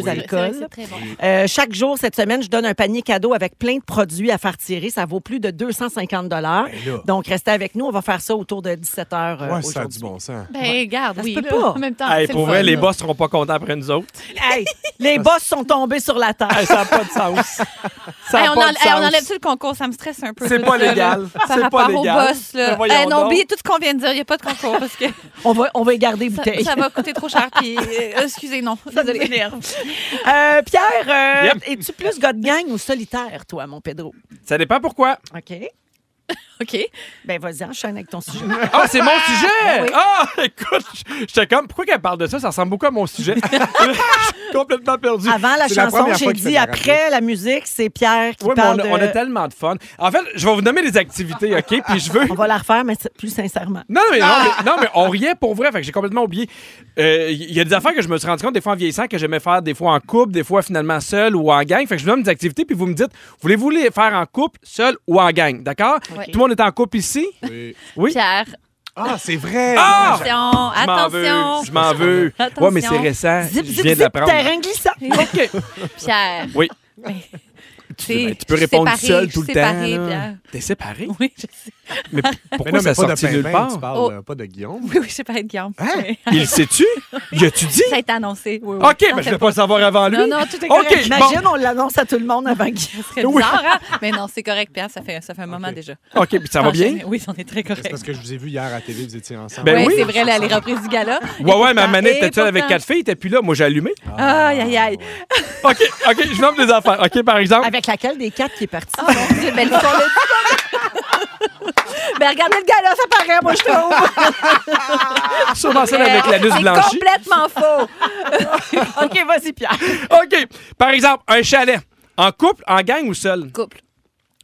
Speaker 3: délicieux
Speaker 8: Oui.
Speaker 3: alcool.
Speaker 7: C'est très bon.
Speaker 3: Euh, chaque jour cette semaine, je donne un panier cadeau avec plein de produits à faire tirer. Ça vaut plus de 250 dollars.
Speaker 8: Ben là.
Speaker 3: Donc restez avec nous, on va faire ça autour de euh, 17 h
Speaker 8: Ouais, ça a du bon sens.
Speaker 7: Ben, regarde,
Speaker 3: Ça se
Speaker 7: oui.
Speaker 3: peut
Speaker 7: là,
Speaker 3: pas.
Speaker 7: En même temps,
Speaker 9: Hey,
Speaker 7: c'est
Speaker 9: pour
Speaker 7: le
Speaker 9: vrai,
Speaker 7: fun,
Speaker 9: les
Speaker 7: là.
Speaker 9: boss seront pas contents après nous autres.
Speaker 3: les boss sont tombés sur la
Speaker 9: Hey,
Speaker 3: table.
Speaker 9: ça n'a pas de sens. Ça
Speaker 7: Hey,
Speaker 9: n'a
Speaker 7: on,
Speaker 9: pas
Speaker 7: enl-
Speaker 9: de
Speaker 7: hey,
Speaker 9: sens.
Speaker 7: on enlève-tu le concours? Ça me stresse un peu.
Speaker 9: C'est
Speaker 7: tout ça,
Speaker 9: pas
Speaker 7: là,
Speaker 9: légal.
Speaker 7: Par
Speaker 9: C'est pas
Speaker 7: rapport
Speaker 9: légal.
Speaker 7: au boss, là.
Speaker 9: Mais voyons
Speaker 7: Hey, non,
Speaker 9: donc.
Speaker 7: oubliez tout ce qu'on vient de dire. Il n'y a pas de concours parce (laughs) que
Speaker 3: (laughs) on va on va y garder
Speaker 7: ça,
Speaker 3: bouteille.
Speaker 7: ça va coûter trop cher. Puis, euh, excusez, non. Désolée.
Speaker 3: Euh, Pierre, euh,
Speaker 9: Yep.
Speaker 3: es-tu plus god gang ou solitaire toi mon Pedro
Speaker 9: Ça dépend pourquoi.
Speaker 3: OK.
Speaker 7: OK.
Speaker 3: Ben vas-y, enchaîne avec ton
Speaker 8: (laughs)
Speaker 3: sujet.
Speaker 9: Ah,
Speaker 7: (laughs)
Speaker 9: c'est mon sujet! Ah, écoute, j- j'étais comme, pourquoi qu'elle parle de ça? Ça ressemble beaucoup à mon sujet. (laughs) Je suis complètement perdu.
Speaker 3: Avant la
Speaker 8: C'est la
Speaker 3: chanson,
Speaker 8: première
Speaker 3: j'ai
Speaker 8: fois qu'il
Speaker 3: dit
Speaker 8: fait la radio.
Speaker 3: après la musique, c'est Pierre qui
Speaker 9: Oui, mais on
Speaker 3: parle
Speaker 9: a, on a
Speaker 3: de-
Speaker 9: tellement de fun. En fait, je vais vous nommer les activités, OK? Puis je veux...
Speaker 3: On va la refaire mais plus sincèrement.
Speaker 9: Non, mais, non,
Speaker 7: Ah!
Speaker 9: mais, non, mais on riait pour vrai. Fait que j'ai complètement oublié. Euh, Il y a des affaires que je me suis rendu compte des fois en vieillissant que j'aimais faire des fois en couple, des fois finalement seul ou en gang. Fait que je vous donne des activités, puis vous me dites, voulez-vous les faire en couple, seul ou en gang? D'accord?
Speaker 7: Oui.
Speaker 9: Tout le monde est en couple ici?
Speaker 8: Oui.
Speaker 9: Oui?
Speaker 7: Pierre,
Speaker 8: Ah, c'est vrai!
Speaker 9: Ah!
Speaker 7: attention,
Speaker 9: Je m'en veux,
Speaker 7: attention.
Speaker 9: Je m'en veux.
Speaker 7: Attention.
Speaker 9: Ouais, mais c'est récent.
Speaker 3: Zip,
Speaker 9: je
Speaker 3: zip,
Speaker 9: viens de
Speaker 3: zip,
Speaker 9: l'apprendre.
Speaker 3: terrain glissant.
Speaker 9: OK.
Speaker 7: Pierre.
Speaker 9: Oui.
Speaker 7: Mais-
Speaker 9: Ben,
Speaker 7: T'es-
Speaker 9: tu
Speaker 7: je suis
Speaker 9: peux répondre
Speaker 7: séparée,
Speaker 9: seul
Speaker 7: je
Speaker 9: tout le
Speaker 7: suis
Speaker 9: temps.
Speaker 7: séparée,
Speaker 9: là.
Speaker 7: Pierre.
Speaker 9: T'es séparé?
Speaker 7: Oui, je sais.
Speaker 9: Mais p-
Speaker 8: Mais
Speaker 9: pourquoi
Speaker 8: non, mais
Speaker 9: ça
Speaker 8: pas de
Speaker 9: sorti nulle
Speaker 8: Pimpin,
Speaker 9: part?
Speaker 8: Tu parles
Speaker 7: Oh.
Speaker 8: euh, pas de Guillaume.
Speaker 7: Oui, oui, je sais pas être Guillaume. Oui.
Speaker 9: Il sait-tu? Y a-tu
Speaker 7: (laughs)
Speaker 9: dit?
Speaker 7: Ça a été annoncé. Oui, oui.
Speaker 9: Hein? OK, mais
Speaker 7: Non,
Speaker 9: je
Speaker 7: c'est
Speaker 9: vais pas le savoir avant lui.
Speaker 7: Non, non, tout est
Speaker 9: OK,
Speaker 7: correct.
Speaker 9: bon.
Speaker 3: Imagine, on l'annonce à tout le monde avant qu'il
Speaker 7: Ce serait bizarre, (laughs) hein? Mais non, c'est correct, Pierre. Ça fait, ça fait un moment déjà.
Speaker 9: OK, puis ça va bien?
Speaker 7: Oui, on est très
Speaker 8: C'est
Speaker 7: correct.
Speaker 8: parce que je vous ai vu hier à la télé, vous étiez ensemble.
Speaker 9: Ben
Speaker 7: Ouais,
Speaker 9: oui.
Speaker 7: c'est vrai, là, les reprises du gala.
Speaker 9: Ouais, ouais, ma
Speaker 7: pourtant-
Speaker 9: manette
Speaker 7: et
Speaker 9: était seule avec
Speaker 7: pourtant-
Speaker 9: quatre filles, t'es plus là. Moi, j'ai allumé. Ah,
Speaker 7: Aïe, aïe, aïe.
Speaker 9: OK, OK, je nomme des affaires. OK, par exemple.
Speaker 3: Avec laquelle des quatre qui est partie?
Speaker 7: Oh mon Dieu, ben, le son, le- Ben, regardez le gala, ça paraît, moi, je trouve.
Speaker 9: Sûrement celle avec la nuce blanchie.
Speaker 7: C'est complètement faux. (laughs)
Speaker 3: OK, vas-y, Pierre.
Speaker 9: OK, par exemple, un chalet. En couple, en gang ou seul?
Speaker 7: Couple.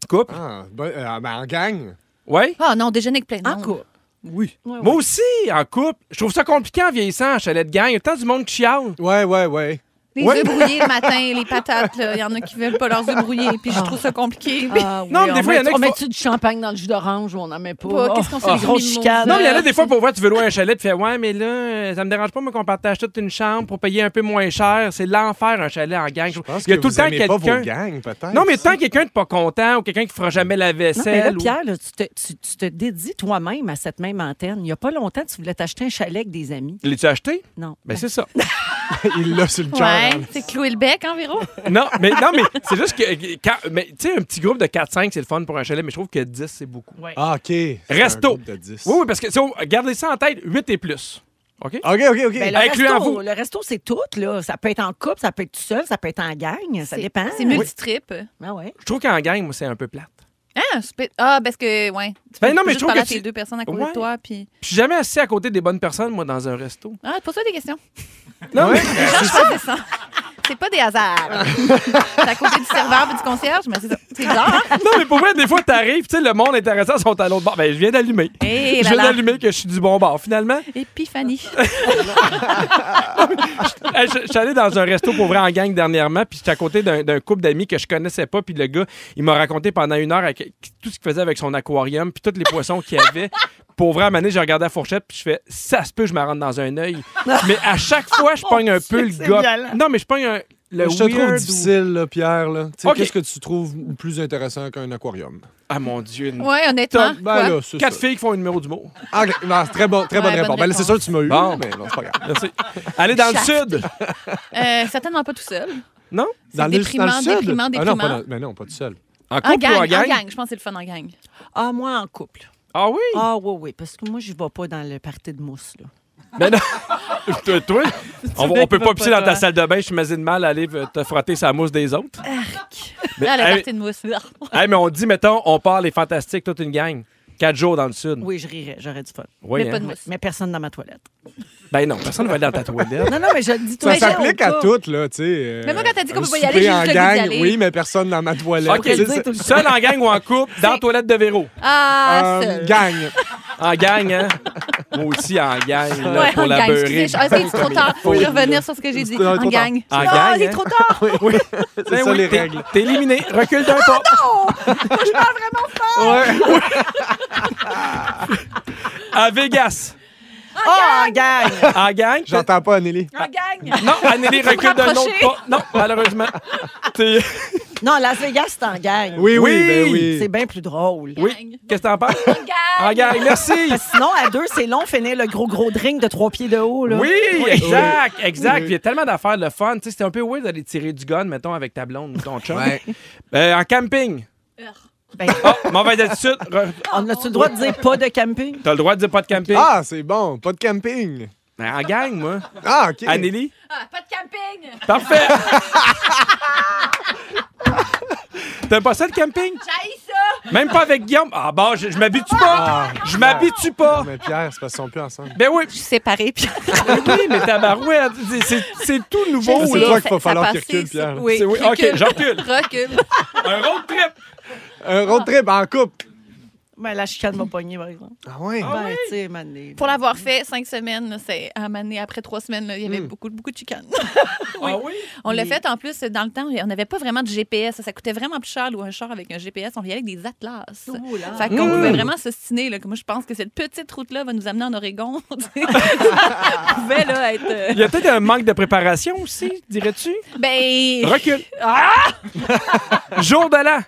Speaker 9: Couple.
Speaker 8: Ah, ben, euh, ben, en gang.
Speaker 9: Ouais.
Speaker 7: Ah non, déjeuner avec plein de monde.
Speaker 3: Encore.
Speaker 9: Oui. Moi aussi, en couple. Je trouve ça compliqué en vieillissant, en chalet de gang. Il y a tant du monde qui chiale.
Speaker 8: Ouais, ouais, ouais.
Speaker 7: Les
Speaker 9: Ouais.
Speaker 7: œufs brouillés le matin, les patates, là. il y en a qui veulent pas leurs œufs brouillés, puis je trouve ça compliqué.
Speaker 9: Non, mais des fois, il y en a qui
Speaker 3: On
Speaker 9: font-
Speaker 3: met-tu du champagne dans le jus d'orange ou on n'en met pas? Oh,
Speaker 7: Pas- qu'est-ce qu'on fait, les
Speaker 3: grosse
Speaker 7: mimosas?
Speaker 3: chicane.
Speaker 9: Non, mais il y en a des fois, pour voir, tu veux louer un chalet, tu fais Ouais, mais là, euh, ça me dérange pas, moi, qu'on partage toute une chambre pour payer un peu moins cher. C'est l'enfer, un chalet en gang.
Speaker 8: Je pense
Speaker 9: Il y a
Speaker 8: que
Speaker 9: tout le
Speaker 8: vous
Speaker 9: temps
Speaker 8: aimez pas vos
Speaker 9: quelqu'un.
Speaker 8: gangs, peut-être.
Speaker 9: Non, mais tant quelqu'un de pas content ou quelqu'un qui fera jamais
Speaker 3: Non,
Speaker 9: la
Speaker 3: mais là,
Speaker 9: vaisselle. ou-
Speaker 3: Pierre, là, tu, te, tu- tu te dédies toi-même à cette même antenne. Il n'y a pas longtemps, tu voulais t'acheter un chalet avec des amis.
Speaker 9: L'as-tu acheté?
Speaker 3: Non.
Speaker 9: Ben,
Speaker 3: (laughs)
Speaker 9: c'est ça.
Speaker 8: Il l'a sur le cœur.
Speaker 7: Ouais,
Speaker 8: hein.
Speaker 7: c'est clouer le bec, hein, Véro?
Speaker 9: non, mais, non, mais c'est juste que. euh, quand- mais, tu sais, un petit groupe de 4-5, c'est le fun pour un chalet, mais je trouve que 10, c'est beaucoup.
Speaker 8: Ah, OK. C'est
Speaker 9: Resto.
Speaker 8: un groupe de 10.
Speaker 9: Oui, oui, parce que, si on- gardez ça en tête, 8 et plus. OK?
Speaker 8: OK, OK, OK.
Speaker 3: Ben, le,
Speaker 9: Incluant
Speaker 3: resto,
Speaker 9: vous.
Speaker 3: le resto, c'est tout. Là. Ça peut être en couple, ça peut être tout seul, ça peut être en gang. Ça
Speaker 7: C'est-
Speaker 3: dépend.
Speaker 7: C'est multi-trip.
Speaker 3: Ah ouais.
Speaker 9: Je trouve qu'en gang, moi, c'est un peu plate.
Speaker 7: Ah, c'est peut- ah, parce que, ouais. Tu
Speaker 9: Ben
Speaker 7: peux
Speaker 9: non, mais
Speaker 7: juste
Speaker 9: je trouve
Speaker 7: parler
Speaker 9: que
Speaker 7: à tes
Speaker 9: tu-
Speaker 7: deux personnes à côté
Speaker 9: Ouais.
Speaker 7: de toi, puis.
Speaker 9: Je suis jamais assis à côté des bonnes personnes, moi, dans un resto.
Speaker 7: Ah, pose-toi des questions.
Speaker 9: Non, mais-
Speaker 7: Non, je pense que c'est ça. C'est pas des
Speaker 9: (laughs)
Speaker 7: hasards. c'est à côté du serveur et du concierge, mais c'est ça. C'est bizarre, hein?
Speaker 9: Non, mais pour vrai, des fois, t'arrives, tu sais, le monde intéressant sont à l'autre bord. Ben, je viens d'allumer.
Speaker 7: Hé,
Speaker 9: je
Speaker 7: là,
Speaker 9: viens
Speaker 7: là.
Speaker 9: d'allumer que je suis du bon bord. Finalement,
Speaker 7: Épiphanie.
Speaker 9: hey, je, je suis allé dans un resto pour vrai en gang dernièrement, puis j'étais à côté d'un d'un couple d'amis que je connaissais pas, puis le gars, il m'a raconté pendant une heure avec- tout ce qu'il faisait avec son aquarium, puis tous les poissons qu'il avait. Pour vrai, à un moment donné, j'ai regardé la fourchette, puis je fais, ça se peut, je me rentre dans un œil. mais à chaque fois, je pogne un peu le
Speaker 3: c'est
Speaker 9: gars.
Speaker 3: violent.
Speaker 9: Non, mais je pogne un. Le
Speaker 8: je te trouve
Speaker 9: weird ou-
Speaker 8: difficile, là, Pierre. là. Tu sais,
Speaker 9: OK.
Speaker 8: Qu'est-ce que tu trouves plus intéressant qu'un aquarium?
Speaker 9: Ah mon Dieu, une-
Speaker 7: Ouais, honnêtement.
Speaker 8: Ben
Speaker 7: Hein? quoi?
Speaker 8: là, c'est
Speaker 9: Quatre
Speaker 8: ça.
Speaker 9: filles qui font un numéro d'humour.
Speaker 8: Ah, OK. Non, c'est très bon, très
Speaker 7: Ouais,
Speaker 8: bonne
Speaker 7: bonne
Speaker 8: réponse. Ben là, c'est
Speaker 7: réponse.
Speaker 8: sûr que tu m'as eu,
Speaker 9: Bon.
Speaker 8: mais non, c'est pas grave.
Speaker 9: Merci. Allez dans le sud.
Speaker 7: Euh, certainement pas tout seul.
Speaker 9: Non?
Speaker 7: C'est déprimant, déprimant,
Speaker 8: Ah non,
Speaker 7: déprimant.
Speaker 8: pas dans- mais non, pas tout seul.
Speaker 9: En
Speaker 7: En
Speaker 9: couple
Speaker 7: gang,
Speaker 9: ou en gang?
Speaker 7: Je pense que c'est le fun en gang.
Speaker 3: Ah, moi, en couple.
Speaker 9: Ah oui?
Speaker 3: Ah, oui, oui. Parce que moi, je ne vais pas dans le party de mousse. Là.
Speaker 9: Mais non, (laughs) toi, toi, on,
Speaker 5: mec
Speaker 9: on peut
Speaker 5: qui
Speaker 9: pas
Speaker 5: va
Speaker 9: pisser
Speaker 5: pas
Speaker 9: dans ta
Speaker 5: loin.
Speaker 9: salle de bain, je suis de mal à aller euh, te frotter sa mousse des autres. Mais,
Speaker 7: Là, elle a
Speaker 9: hey,
Speaker 7: parti Ah, de mousse.
Speaker 9: hey, mais on dit, mettons, on part les fantastiques, toute une gang. Quatre jours dans le sud.
Speaker 3: Oui, je rirais, j'aurais du fun.
Speaker 9: Oui,
Speaker 7: mais
Speaker 9: hein?
Speaker 7: pas de mousse.
Speaker 3: Mais personne dans ma toilette.
Speaker 9: Ben non, personne ne va aller dans ta
Speaker 3: (laughs)
Speaker 9: toilette.
Speaker 3: Non, non, mais je le dis tout
Speaker 8: Ça
Speaker 7: Mais j'ai
Speaker 8: s'applique à
Speaker 7: honte.
Speaker 8: toutes, là, tu sais. euh,
Speaker 7: Mais moi, quand t'as dit qu'on
Speaker 8: un
Speaker 7: peut pas y aller, j'ai juste
Speaker 8: souper
Speaker 7: le goût
Speaker 8: en
Speaker 7: d'y
Speaker 8: gang,
Speaker 7: aller.
Speaker 8: Oui, mais personne dans ma toilette.
Speaker 9: OK,
Speaker 8: tu sais, c'est-
Speaker 9: seul en gang ou en couple, dans la toilette de Véro.
Speaker 7: Ah,
Speaker 8: euh,
Speaker 7: seul.
Speaker 8: gang.
Speaker 9: (laughs) En gang, hein? Moi aussi, en gang, là,
Speaker 7: Ouais,
Speaker 9: pour
Speaker 7: en
Speaker 9: la
Speaker 7: gang.
Speaker 9: beurrer.
Speaker 7: Excusez, je- ah, c'est trop tard. Je vais revenir sur ce que j'ai dit.
Speaker 8: Non,
Speaker 7: En
Speaker 8: trop tard.
Speaker 7: gang.
Speaker 9: En
Speaker 7: Ah,
Speaker 9: gang,
Speaker 7: il est
Speaker 9: hein?
Speaker 7: trop tard.
Speaker 8: Oui, c'est
Speaker 9: Ben
Speaker 8: ça
Speaker 9: oui,
Speaker 8: les
Speaker 9: t'es-
Speaker 8: règles.
Speaker 9: T'es éliminé. Recule
Speaker 7: Ah,
Speaker 9: d'un pas.
Speaker 8: Ouais.
Speaker 9: (laughs) À Vegas.
Speaker 3: Oh, gang!
Speaker 9: En Ah, gang. t'es-
Speaker 8: J'entends pas, Anneli.
Speaker 7: En
Speaker 9: Ah,
Speaker 7: gang.
Speaker 9: Non, Anneli, recule d'un autre
Speaker 7: rapprocher.
Speaker 9: pas. Non, malheureusement. T'es-
Speaker 3: Non, Las Vegas, c'est en gang.
Speaker 8: Oui,
Speaker 9: Oui,
Speaker 8: oui, ben
Speaker 3: C'est
Speaker 8: oui.
Speaker 3: bien plus drôle.
Speaker 9: Oui. Qu'est-ce que t'en penses?
Speaker 7: En gang.
Speaker 9: En gang, merci.
Speaker 3: Parce que sinon, à deux, c'est long, finir le gros, gros drink de trois pieds de haut. Là.
Speaker 9: Oui, exact, exact. Puis Il y a tellement d'affaires le fun. Tu sais, c'était un peu weird d'aller tirer du gun, mettons, avec ta blonde ou ton chum.
Speaker 8: Ouais.
Speaker 9: Euh, en camping.
Speaker 3: Ben,
Speaker 9: Oh, mauvaise attitude. Re-
Speaker 3: on a-tu le droit de dire pas de camping?
Speaker 9: T'as le droit de dire pas de camping.
Speaker 8: Ah, c'est bon. Pas de camping.
Speaker 9: Ben, En gang, moi.
Speaker 8: Ah, OK.
Speaker 9: Anneli?
Speaker 7: Ah, Pas de camping.
Speaker 9: Parfait. T'aimes pas ça le camping?
Speaker 7: J'haïs ça.
Speaker 9: Même pas avec Guillaume? Ah bon, je, je m'habitue pas. Je m'habitue pas.
Speaker 8: Non, mais Pierre, c'est parce qu'ils sont plus ensemble.
Speaker 9: Ben oui,
Speaker 7: Je suis séparée. Puis...
Speaker 9: oui, mais tabarouette, c'est- c'est- c'est tout
Speaker 7: (laughs)
Speaker 9: nouveau,
Speaker 8: c'est
Speaker 9: là.
Speaker 8: toi
Speaker 7: Ça-
Speaker 8: qu'il va
Speaker 7: ça
Speaker 8: falloir qu'il
Speaker 7: passait,
Speaker 8: recule,
Speaker 7: ça.
Speaker 8: Pierre.
Speaker 7: Oui.
Speaker 9: C'est- oui, ok,
Speaker 7: recule.
Speaker 9: je recule.
Speaker 7: Recule.
Speaker 9: Un road trip.
Speaker 8: Un road trip en couple.
Speaker 3: Ben, la chicane m'a pogné, par exemple.
Speaker 8: Ah ouais.
Speaker 3: ben, tu sais, mané.
Speaker 7: Pour l'avoir fait cinq semaines, là, c'est à un moment donné, après trois semaines, là, il y avait beaucoup, beaucoup de chicanes. (laughs)
Speaker 9: Ah oui?
Speaker 7: On l'a
Speaker 3: Hmm. Oui.
Speaker 7: fait en plus dans le temps, on n'avait pas vraiment de GPS. Ça, ça coûtait vraiment plus cher ou un char avec un GPS. On y allait avec des atlas.
Speaker 3: Oh
Speaker 7: Fait qu'on
Speaker 3: Hmm.
Speaker 7: pouvait vraiment s'ostiner. là, que Moi, je pense que cette petite route-là va nous amener en Oregon. (laughs) Tu
Speaker 3: (laughs)
Speaker 7: sais. ça pouvait là, être. euh,
Speaker 9: Il y a peut-être un manque de préparation aussi, dirais-tu?
Speaker 7: Ben.
Speaker 9: Recule. Jour de l'an.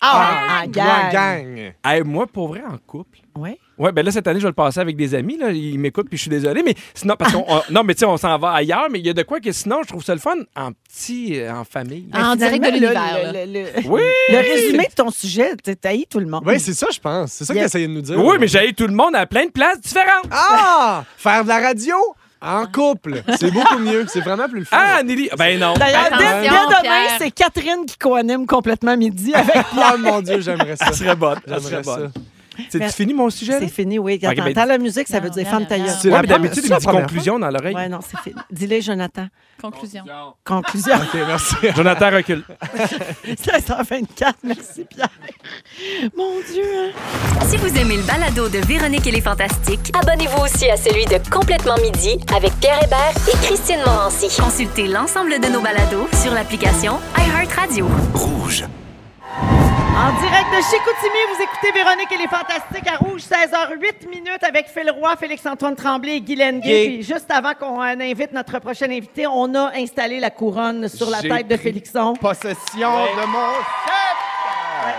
Speaker 3: Ah, en
Speaker 8: Gang.
Speaker 3: gang!
Speaker 8: gang.
Speaker 9: Hey, moi, pour vrai, en couple.
Speaker 3: Ouais.
Speaker 9: Ouais, ben là, cette année, je vais le passer avec des amis. Là. Ils m'écoutent, puis je suis désolé. Mais sinon, parce qu'on. on- non, mais tu sais, on s'en va ailleurs, mais il y a de quoi que sinon, je trouve ça le fun en petit, euh, en famille.
Speaker 7: En direct de
Speaker 3: Ben, Finalement, là,
Speaker 7: l'univers. là.
Speaker 3: Le, le- le-
Speaker 9: Oui!
Speaker 3: le résumé de ton sujet, tu t'haïs tout le monde.
Speaker 8: Oui, Ben, c'est ça, je pense. C'est ça qu'il
Speaker 3: Yeah.
Speaker 8: essayait de nous dire.
Speaker 9: Oui, mais j'ai tout le monde à plein de places différentes.
Speaker 8: Ah! Faire de la radio en couple. C'est beaucoup mieux. C'est vraiment plus le fun.
Speaker 9: Ah, Nelly! Ben non.
Speaker 3: D'ailleurs, dès,
Speaker 7: Attention,
Speaker 3: dès demain,
Speaker 7: Pierre.
Speaker 3: c'est Catherine qui co-anime complètement midi avec
Speaker 8: Oh mon Dieu, j'aimerais
Speaker 9: (laughs)
Speaker 8: ça.
Speaker 9: Elle serait bonne. Elle serait
Speaker 8: J'aimerais ça.
Speaker 9: bonne. C'est tu fini mon sujet? là?
Speaker 3: C'est fini, oui. Quand
Speaker 9: Ok, ben,
Speaker 3: t'entends la musique, ça
Speaker 7: Non,
Speaker 3: veut dire
Speaker 7: non,
Speaker 3: femme
Speaker 7: non,
Speaker 3: tailleuse.
Speaker 7: non.
Speaker 8: C'est
Speaker 9: Ouais,
Speaker 8: la
Speaker 9: mais d'habitude,
Speaker 8: c'est
Speaker 9: il me
Speaker 8: la
Speaker 9: dit
Speaker 8: première
Speaker 9: conclusion dans l'oreille.
Speaker 3: Ouais, non, c'est fini. Dis-les, Jonathan.
Speaker 7: Conclusion.
Speaker 3: Conclusion. (laughs)
Speaker 8: fois. OK, merci.
Speaker 9: Jonathan recule.
Speaker 3: 16h24. Merci, Pierre. Mon Dieu, hein.
Speaker 1: Si vous aimez le balado de Véronique et les Fantastiques,
Speaker 2: Abonnez-vous aussi à celui de Complètement Midi avec Pierre Hébert et Christine Morancy.
Speaker 1: consultez l'ensemble de nos balados sur l'application iHeartRadio.
Speaker 3: En direct de Chicoutimi, vous écoutez Véronique et les Fantastiques à Rouge, 16h08 minutes avec Phil Roy, Félix-Antoine Tremblay et Guy Lenguet. Puis juste avant qu'on euh, invite notre prochain invité, on a installé la couronne sur la
Speaker 4: J'ai
Speaker 3: tête de
Speaker 4: pris
Speaker 3: Félixon.
Speaker 4: Possession de mon chef.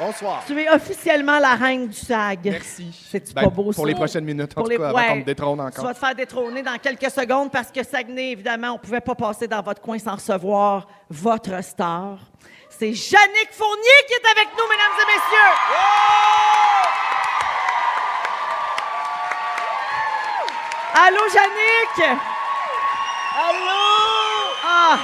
Speaker 4: Bonsoir.
Speaker 3: Tu es officiellement la reine du SAG.
Speaker 4: Merci.
Speaker 3: C'est-tu
Speaker 4: Ben,
Speaker 3: pas beau,
Speaker 4: Pour
Speaker 3: ça?
Speaker 4: les prochaines minutes, en
Speaker 3: Pour
Speaker 4: tout
Speaker 3: les-
Speaker 4: cas, avant qu'on
Speaker 3: ouais.
Speaker 4: me détrône
Speaker 3: Tu
Speaker 4: encore.
Speaker 3: vas te faire détrôner dans quelques secondes parce que Saguenay, évidemment, on pouvait pas passer dans votre coin sans recevoir votre star. C'est Jannick Fournier qui est avec nous, mesdames et messieurs. Allô, Jannick? Allô? Ah!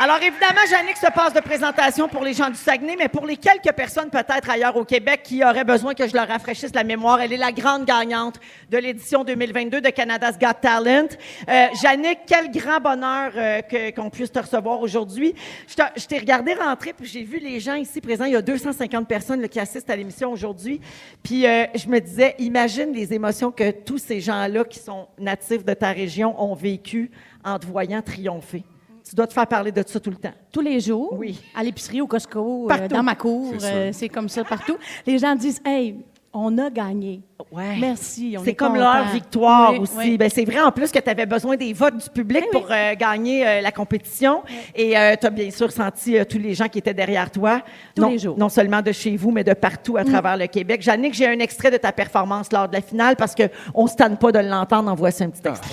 Speaker 3: Alors, évidemment, Jannick se passe de présentation pour les gens du Saguenay, mais pour les quelques personnes peut-être ailleurs au Québec qui auraient besoin que je leur rafraîchisse la mémoire, elle est la grande gagnante de l'édition 2022 de Canada's Got Talent. Euh, Jannick, quel grand bonheur euh, que- qu'on puisse te recevoir aujourd'hui. Je te- Je t'ai regardé rentrer, puis j'ai vu les gens ici présents. Il y a 250 personnes là, qui assistent à l'émission aujourd'hui. Puis euh, je me disais, imagine les émotions que tous ces gens-là qui sont natifs de ta région ont vécues en te voyant triompher. Tu dois te faire parler de ça tout le temps.
Speaker 10: Tous les jours,
Speaker 3: Oui.
Speaker 10: à l'épicerie, au Costco, euh,
Speaker 3: Partout.
Speaker 10: dans ma cour, euh, c'est comme ça partout. Les gens disent Hey, on a gagné.
Speaker 3: Ouais.
Speaker 10: Merci. on
Speaker 3: C'est
Speaker 10: est
Speaker 3: comme
Speaker 10: content.
Speaker 3: leur victoire
Speaker 10: Oui,
Speaker 3: aussi.
Speaker 10: oui. Eh
Speaker 3: Ben, c'est vrai en plus que tu avais besoin des votes du public pour euh, gagner euh, la compétition. Et tu as bien sûr senti euh, tous les gens qui étaient derrière toi.
Speaker 10: Tous
Speaker 3: non,
Speaker 10: les jours. Mm.
Speaker 3: Non seulement de chez vous, mais de partout à travers le Québec. Jannick, j'ai un extrait de ta performance lors de la finale parce qu'on ne se tanne pas de l'entendre. En voici un petit extrait.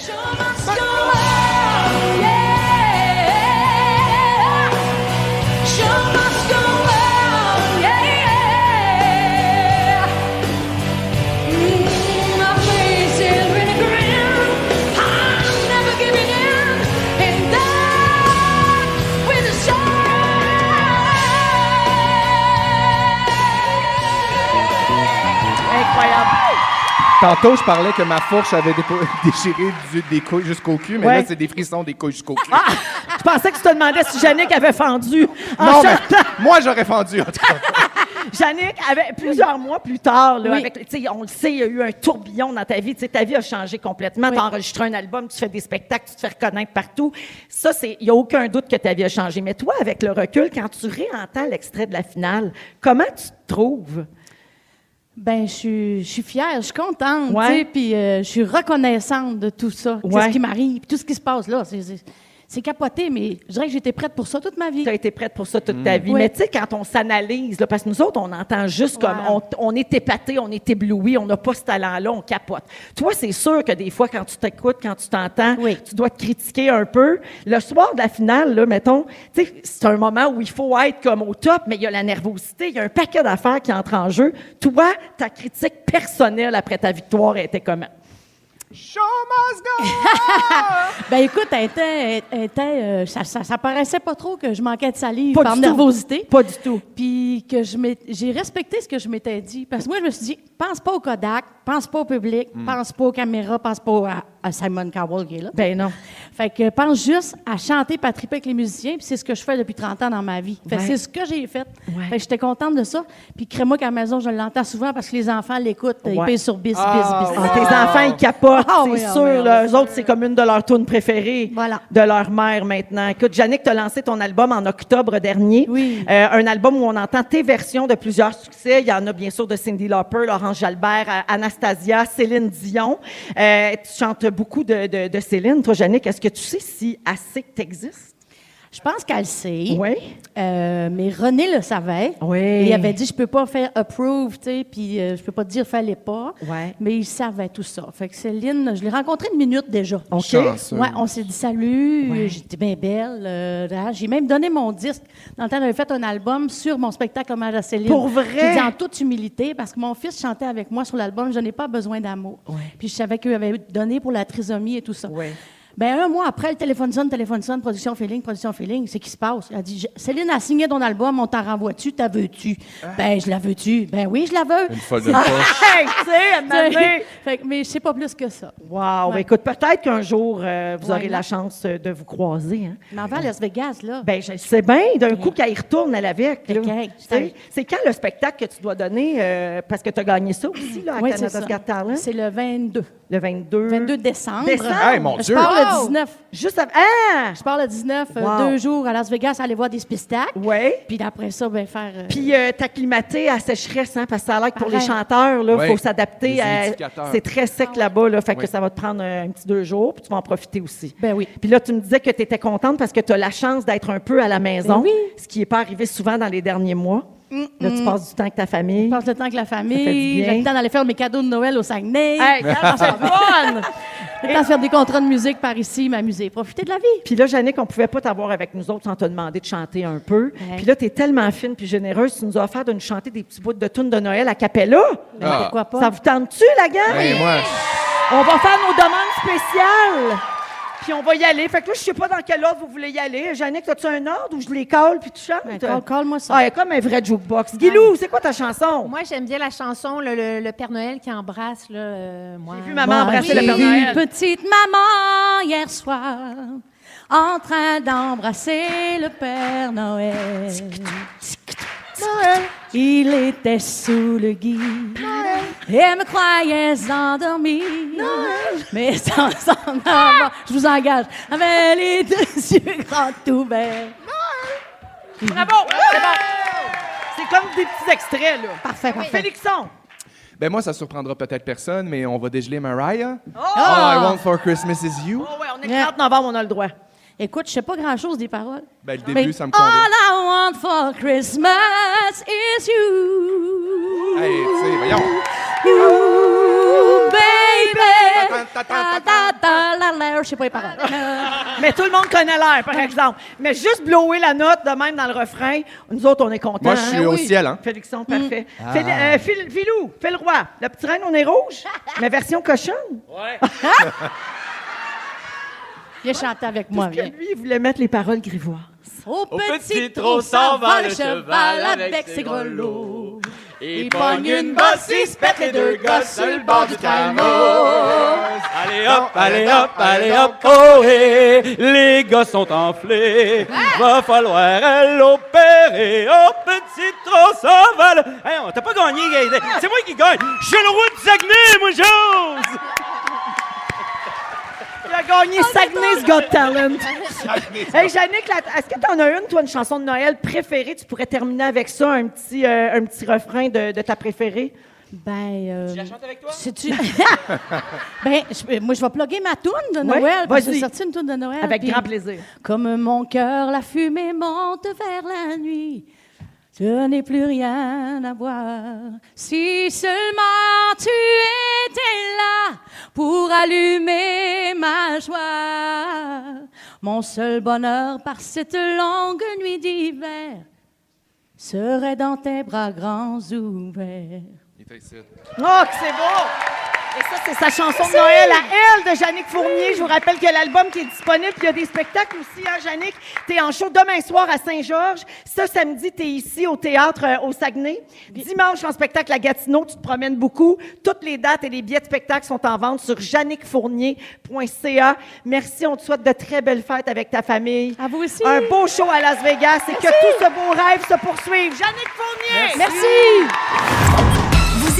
Speaker 10: My face is really grim. Ah.
Speaker 11: Tantôt, je parlais que ma fourche avait dépo- (laughs) déchiré du- des couilles jusqu'au cul, mais
Speaker 3: Ouais.
Speaker 11: là, c'est des frissons des couilles jusqu'au cul.
Speaker 3: Je pensais que tu te demandais si Yannick avait fendu. En
Speaker 11: non, mais
Speaker 3: chantant.
Speaker 11: moi, j'aurais fendu, en tout cas.
Speaker 3: Yannick, avec, plusieurs mois plus tard, là,
Speaker 11: Oui.
Speaker 3: avec- tu sais, on le sait, il y a eu un tourbillon dans ta vie. Tu sais, ta vie a changé complètement. Tu as enregistré un album, tu fais des spectacles, tu te fais reconnaître partout. Ça, c'est- il n'y a aucun doute que ta vie a changé. Mais toi, avec le recul, quand tu réentends l'extrait de la finale, comment tu te trouves?
Speaker 10: Ben, je suis- je suis fière, je suis contente,
Speaker 3: Ouais.
Speaker 10: tu sais, puis euh, je suis reconnaissante de tout ça, de
Speaker 3: Ouais.
Speaker 10: ce qui m'arrive, puis tout ce qui se passe là. C'est- C'est c'est capoté, mais je dirais que j'étais prête pour ça toute ma vie. Tu as
Speaker 3: été prête pour ça toute ta vie. Mais tu sais, quand on s'analyse, là, parce que nous autres, on entend juste comme on, on est épaté, on est ébloui, on n'a pas ce talent-là, on capote. Toi, c'est sûr que des fois, quand tu t'écoutes, quand tu t'entends, tu dois te critiquer un peu. Le soir de la finale, là, mettons, tu sais, c'est un moment où il faut être comme au top, mais il y a la nervosité, il y a un paquet d'affaires qui entrent en jeu. Toi, ta critique personnelle après ta victoire elle était comment?
Speaker 11: Show must
Speaker 10: ben écoute, elle était, elle était, euh, ça, ça, ça paraissait pas trop que je manquais de salive
Speaker 3: Pas
Speaker 10: par
Speaker 3: du tout.
Speaker 10: nervosité.
Speaker 3: Pas du tout.
Speaker 10: Puis que je m'ai- j'ai respecté ce que je m'étais dit. Parce que moi, je me suis dit, pense pas au Kodak, pense pas au public,
Speaker 3: Mm.
Speaker 10: pense pas aux caméras, pense pas à, à Simon Cowell qui est là.
Speaker 3: Ben non.
Speaker 10: Fait que pense juste à chanter, pas triper avec les musiciens. Puis c'est ce que je fais depuis 30 ans dans ma vie. Fait que
Speaker 3: Ouais.
Speaker 10: c'est ce que j'ai fait. Fait que j'étais contente de ça. Puis crée-moi qu'à la maison, je l'entends souvent parce que les enfants l'écoutent. Ils
Speaker 3: Ouais.
Speaker 10: pèsent sur bis, bis, bis.
Speaker 3: Ah, tes enfants, ils capotent,
Speaker 10: Oh, Ah
Speaker 3: c'est
Speaker 10: oui, ah
Speaker 3: sûr.
Speaker 10: oui, ah
Speaker 3: là. Eux autres, c'est comme une de leurs tunes préférées de leur mère maintenant. Écoute, Yannick, tu as lancé ton album en octobre dernier. Euh, un album où on entend tes versions de plusieurs succès. Il y en a bien sûr de Cindy Lauper, Laurence Jalbert, euh, Anastasia, Céline Dion. Euh, tu chantes beaucoup de, de- de Céline. Toi, Yannick, est-ce que tu sais si assez que tu existes?
Speaker 10: Je pense qu'elle sait.
Speaker 3: Oui.
Speaker 10: Euh, mais René le savait.
Speaker 3: Oui.
Speaker 10: Il avait dit je peux pas faire approve, tu sais, puis euh, je peux pas dire fallait pas.
Speaker 3: Ouais.
Speaker 10: Mais il savait tout ça. Fait que Céline, je l'ai rencontrée une minute déjà.
Speaker 3: OK. Chanceux.
Speaker 10: Ouais, on s'est dit salut,
Speaker 3: Ah, Ouais.
Speaker 10: j'étais bien belle. euh, ah, j'ai même donné mon disque. Dans le temps, j'avais fait un album sur mon spectacle hommage à Céline.
Speaker 3: Pour vrai?
Speaker 10: J'ai dit en toute humilité, parce que mon fils chantait avec moi sur l'album Je n'ai pas besoin d'amour. Puis je savais qu'il avait donné pour la trisomie et tout ça. Ben, un mois après, le téléphone sonne, téléphone sonne, production feeling, production feeling, c'est qui se passe? Elle dit, Je- Céline a signé ton album, on t'en renvoie-tu, t'as veux-tu?
Speaker 3: Ah.
Speaker 10: Ben, je la veux-tu? Ben oui, je la veux.
Speaker 3: Une
Speaker 11: folle de poche.
Speaker 3: Hey, tu sais, à un moment donné.
Speaker 10: Fait que- mais je sais pas plus que ça.
Speaker 3: Wow!
Speaker 10: Ouais.
Speaker 3: Écoute, peut-être qu'un jour, euh, vous
Speaker 10: Ouais,
Speaker 3: aurez
Speaker 10: non.
Speaker 3: la chance euh, de vous croiser. Hein?
Speaker 10: Mais avant Las Vegas, là.
Speaker 3: Ben, je le sais bien. D'un coup, qu'elle y retourne, elle avec. là. Tu sais,
Speaker 10: correct.
Speaker 3: C'est quand le spectacle que tu dois donner, euh, parce que tu as gagné ça aussi, là, à
Speaker 10: Oui, c'est
Speaker 3: Canada's
Speaker 10: ça.
Speaker 3: Got Talent?
Speaker 10: C'est le 22.
Speaker 3: Le 22.
Speaker 10: 22 décembre.
Speaker 3: Décembre?
Speaker 11: Hey, mon
Speaker 10: Je
Speaker 11: Dieu.
Speaker 10: pars
Speaker 11: Wow.
Speaker 10: le 19.
Speaker 3: Juste avant. Ah!
Speaker 10: Je pars le 19, euh,
Speaker 3: Wow.
Speaker 10: deux jours à Las Vegas, aller voir des spectacles.
Speaker 3: Oui.
Speaker 10: Puis après ça, ben faire. euh,
Speaker 3: Puis euh, t'acclimater à sécheresse, hein, parce que ça a l'air que pour les
Speaker 10: Pareil.
Speaker 3: chanteurs, il
Speaker 10: Ouais.
Speaker 3: faut s'adapter.
Speaker 10: Les
Speaker 3: à-
Speaker 10: humidificateurs.
Speaker 3: C'est très sec là-bas, là, fait
Speaker 10: Ah Ouais.
Speaker 3: que ça va te prendre euh, un, un petit deux jours, puis tu vas en profiter aussi.
Speaker 10: Ben oui.
Speaker 3: Puis là, tu me disais que tu étais contente parce que tu as la chance d'être un peu à la maison,
Speaker 10: Ben oui.
Speaker 3: ce qui n'est pas arrivé souvent dans les derniers mois. Là, tu
Speaker 10: mm.
Speaker 3: passes du temps avec ta famille.
Speaker 10: Je passe le temps avec la
Speaker 3: Ça fait du
Speaker 10: famille.
Speaker 3: bien.
Speaker 10: J'ai le temps d'aller faire mes cadeaux de Noël au Saguenay.
Speaker 3: Hey, regarde, (laughs) c'est fun!
Speaker 10: J'ai le temps de faire des contrats de musique par ici, m'amuser, profiter de la vie.
Speaker 3: Puis là, Jannick, on pouvait pas t'avoir avec nous autres sans te demander de chanter un peu. Puis là, tu es tellement fine puis généreuse, tu nous as offert de nous chanter des petits bouts de tunes de Noël à Capella.
Speaker 10: Ben, Ah. pourquoi pas?
Speaker 3: Ça vous tente-tu, la gang?
Speaker 11: Ben, moi,
Speaker 3: On va faire nos demandes spéciales. Puis on va y aller. Fait que là, je sais pas dans quel ordre vous voulez y aller. Jannick, as-tu un ordre où je les colle puis tu chantes?
Speaker 10: Ben, colle- colle-moi ça.
Speaker 3: Ah, elle est comme un vrai jukebox. Guilou, c'est quoi ta chanson?
Speaker 12: Moi, j'aime bien la chanson, le, le- le Père Noël qui embrasse. Là, euh, moi.
Speaker 3: J'ai vu
Speaker 10: ben,
Speaker 3: maman embrasser le Père
Speaker 10: J'ai vu
Speaker 3: Noël.
Speaker 10: petite maman hier soir en train d'embrasser le Père Noël. Il était sous le gui et me croyait endormie. Mais sans s'en avoir, je vous engage, avec les deux yeux grands ouverts.
Speaker 3: Bravo! C'est bon. C'est comme des petits extraits, là.
Speaker 10: Parfait,
Speaker 3: parfait. Félixon!
Speaker 11: Ben moi, ça surprendra peut-être personne, mais on va dégeler Mariah.
Speaker 3: Oh!
Speaker 11: All I want for Christmas is you.
Speaker 3: Oh, ouais, on est le 30 novembre, on a le droit.
Speaker 10: Écoute, je sais pas grand-chose des paroles.
Speaker 11: Ben, le
Speaker 10: Mais
Speaker 11: début, ça me
Speaker 10: All
Speaker 11: convient.
Speaker 10: I want for Christmas is you.
Speaker 11: Hey, tu sais, voyons.
Speaker 10: You, baby. Ta, ta, ta, la, la. Je sais pas les paroles.
Speaker 3: Mais tout le monde connaît l'air, par exemple. Mais juste blower la note de même dans le refrain, nous autres, on est contents.
Speaker 11: Moi, je suis
Speaker 3: hein?
Speaker 11: au ciel, hein.
Speaker 3: Félixon, parfait.
Speaker 11: Ah.
Speaker 3: Phil, euh, Phil- Philou, Phil Roy, la petite reine, on est rouge? La version cochonne?
Speaker 10: Ouais. Viens chanter avec moi,
Speaker 3: Parce que
Speaker 10: viens.
Speaker 3: lui, il voulait mettre les paroles grivoises.
Speaker 10: Au
Speaker 3: petit trot s'en va le cheval avec ses grelots.
Speaker 13: Il pogne une bosse, il se pète les deux gosses sur le bord du thermos.
Speaker 14: Allez hop, allez hop, allez hop, oh hé, les gars sont enflés, va falloir l'opérer, oh petit trop sauvage. Hey, on t'a pas gagné, Gaëtan. c'est moi qui gagne, je suis le roi du Saguenay, moi j'ose.
Speaker 3: Il a gagné Saguenay's Got Talent. hey, Jannick, la- est-ce que t'en as une, toi, une chanson de Noël préférée? Tu pourrais terminer avec ça, un petit, euh, un petit refrain de, de ta préférée?
Speaker 10: Ben. Euh,
Speaker 14: avec
Speaker 10: toi? (laughs) ben, je- moi, je vais plugger ma toune de
Speaker 3: Ouais,
Speaker 10: Noël. parce que
Speaker 3: vas-y.
Speaker 10: j'ai sorti une toune de Noël.
Speaker 3: Avec
Speaker 10: puis-
Speaker 3: grand plaisir.
Speaker 10: Comme mon cœur, la fumée monte vers la nuit. Je n'ai plus rien à boire. Si seulement tu étais là pour allumer ma joie. Mon seul bonheur par cette longue nuit d'hiver serait dans tes bras grands ouverts.
Speaker 3: Oh, que c'est beau! Et ça, c'est sa chanson de Noël à elle, de Jannick Fournier. Je vous rappelle que l'album qui est disponible, il y a des spectacles aussi, hein, Jannick? T'es en show demain soir à Saint-Georges. Ce samedi, t'es ici au théâtre euh, au Saguenay. Dimanche, en spectacle à Gatineau, tu te promènes beaucoup. Toutes les dates et les billets de spectacle sont en vente sur jannickfournier.ca. Merci, on te souhaite de très belles fêtes avec ta famille. À vous aussi. Un beau show à Las Vegas et que tout ce beau rêve se poursuive. Jannick Fournier! Merci.
Speaker 1: Vous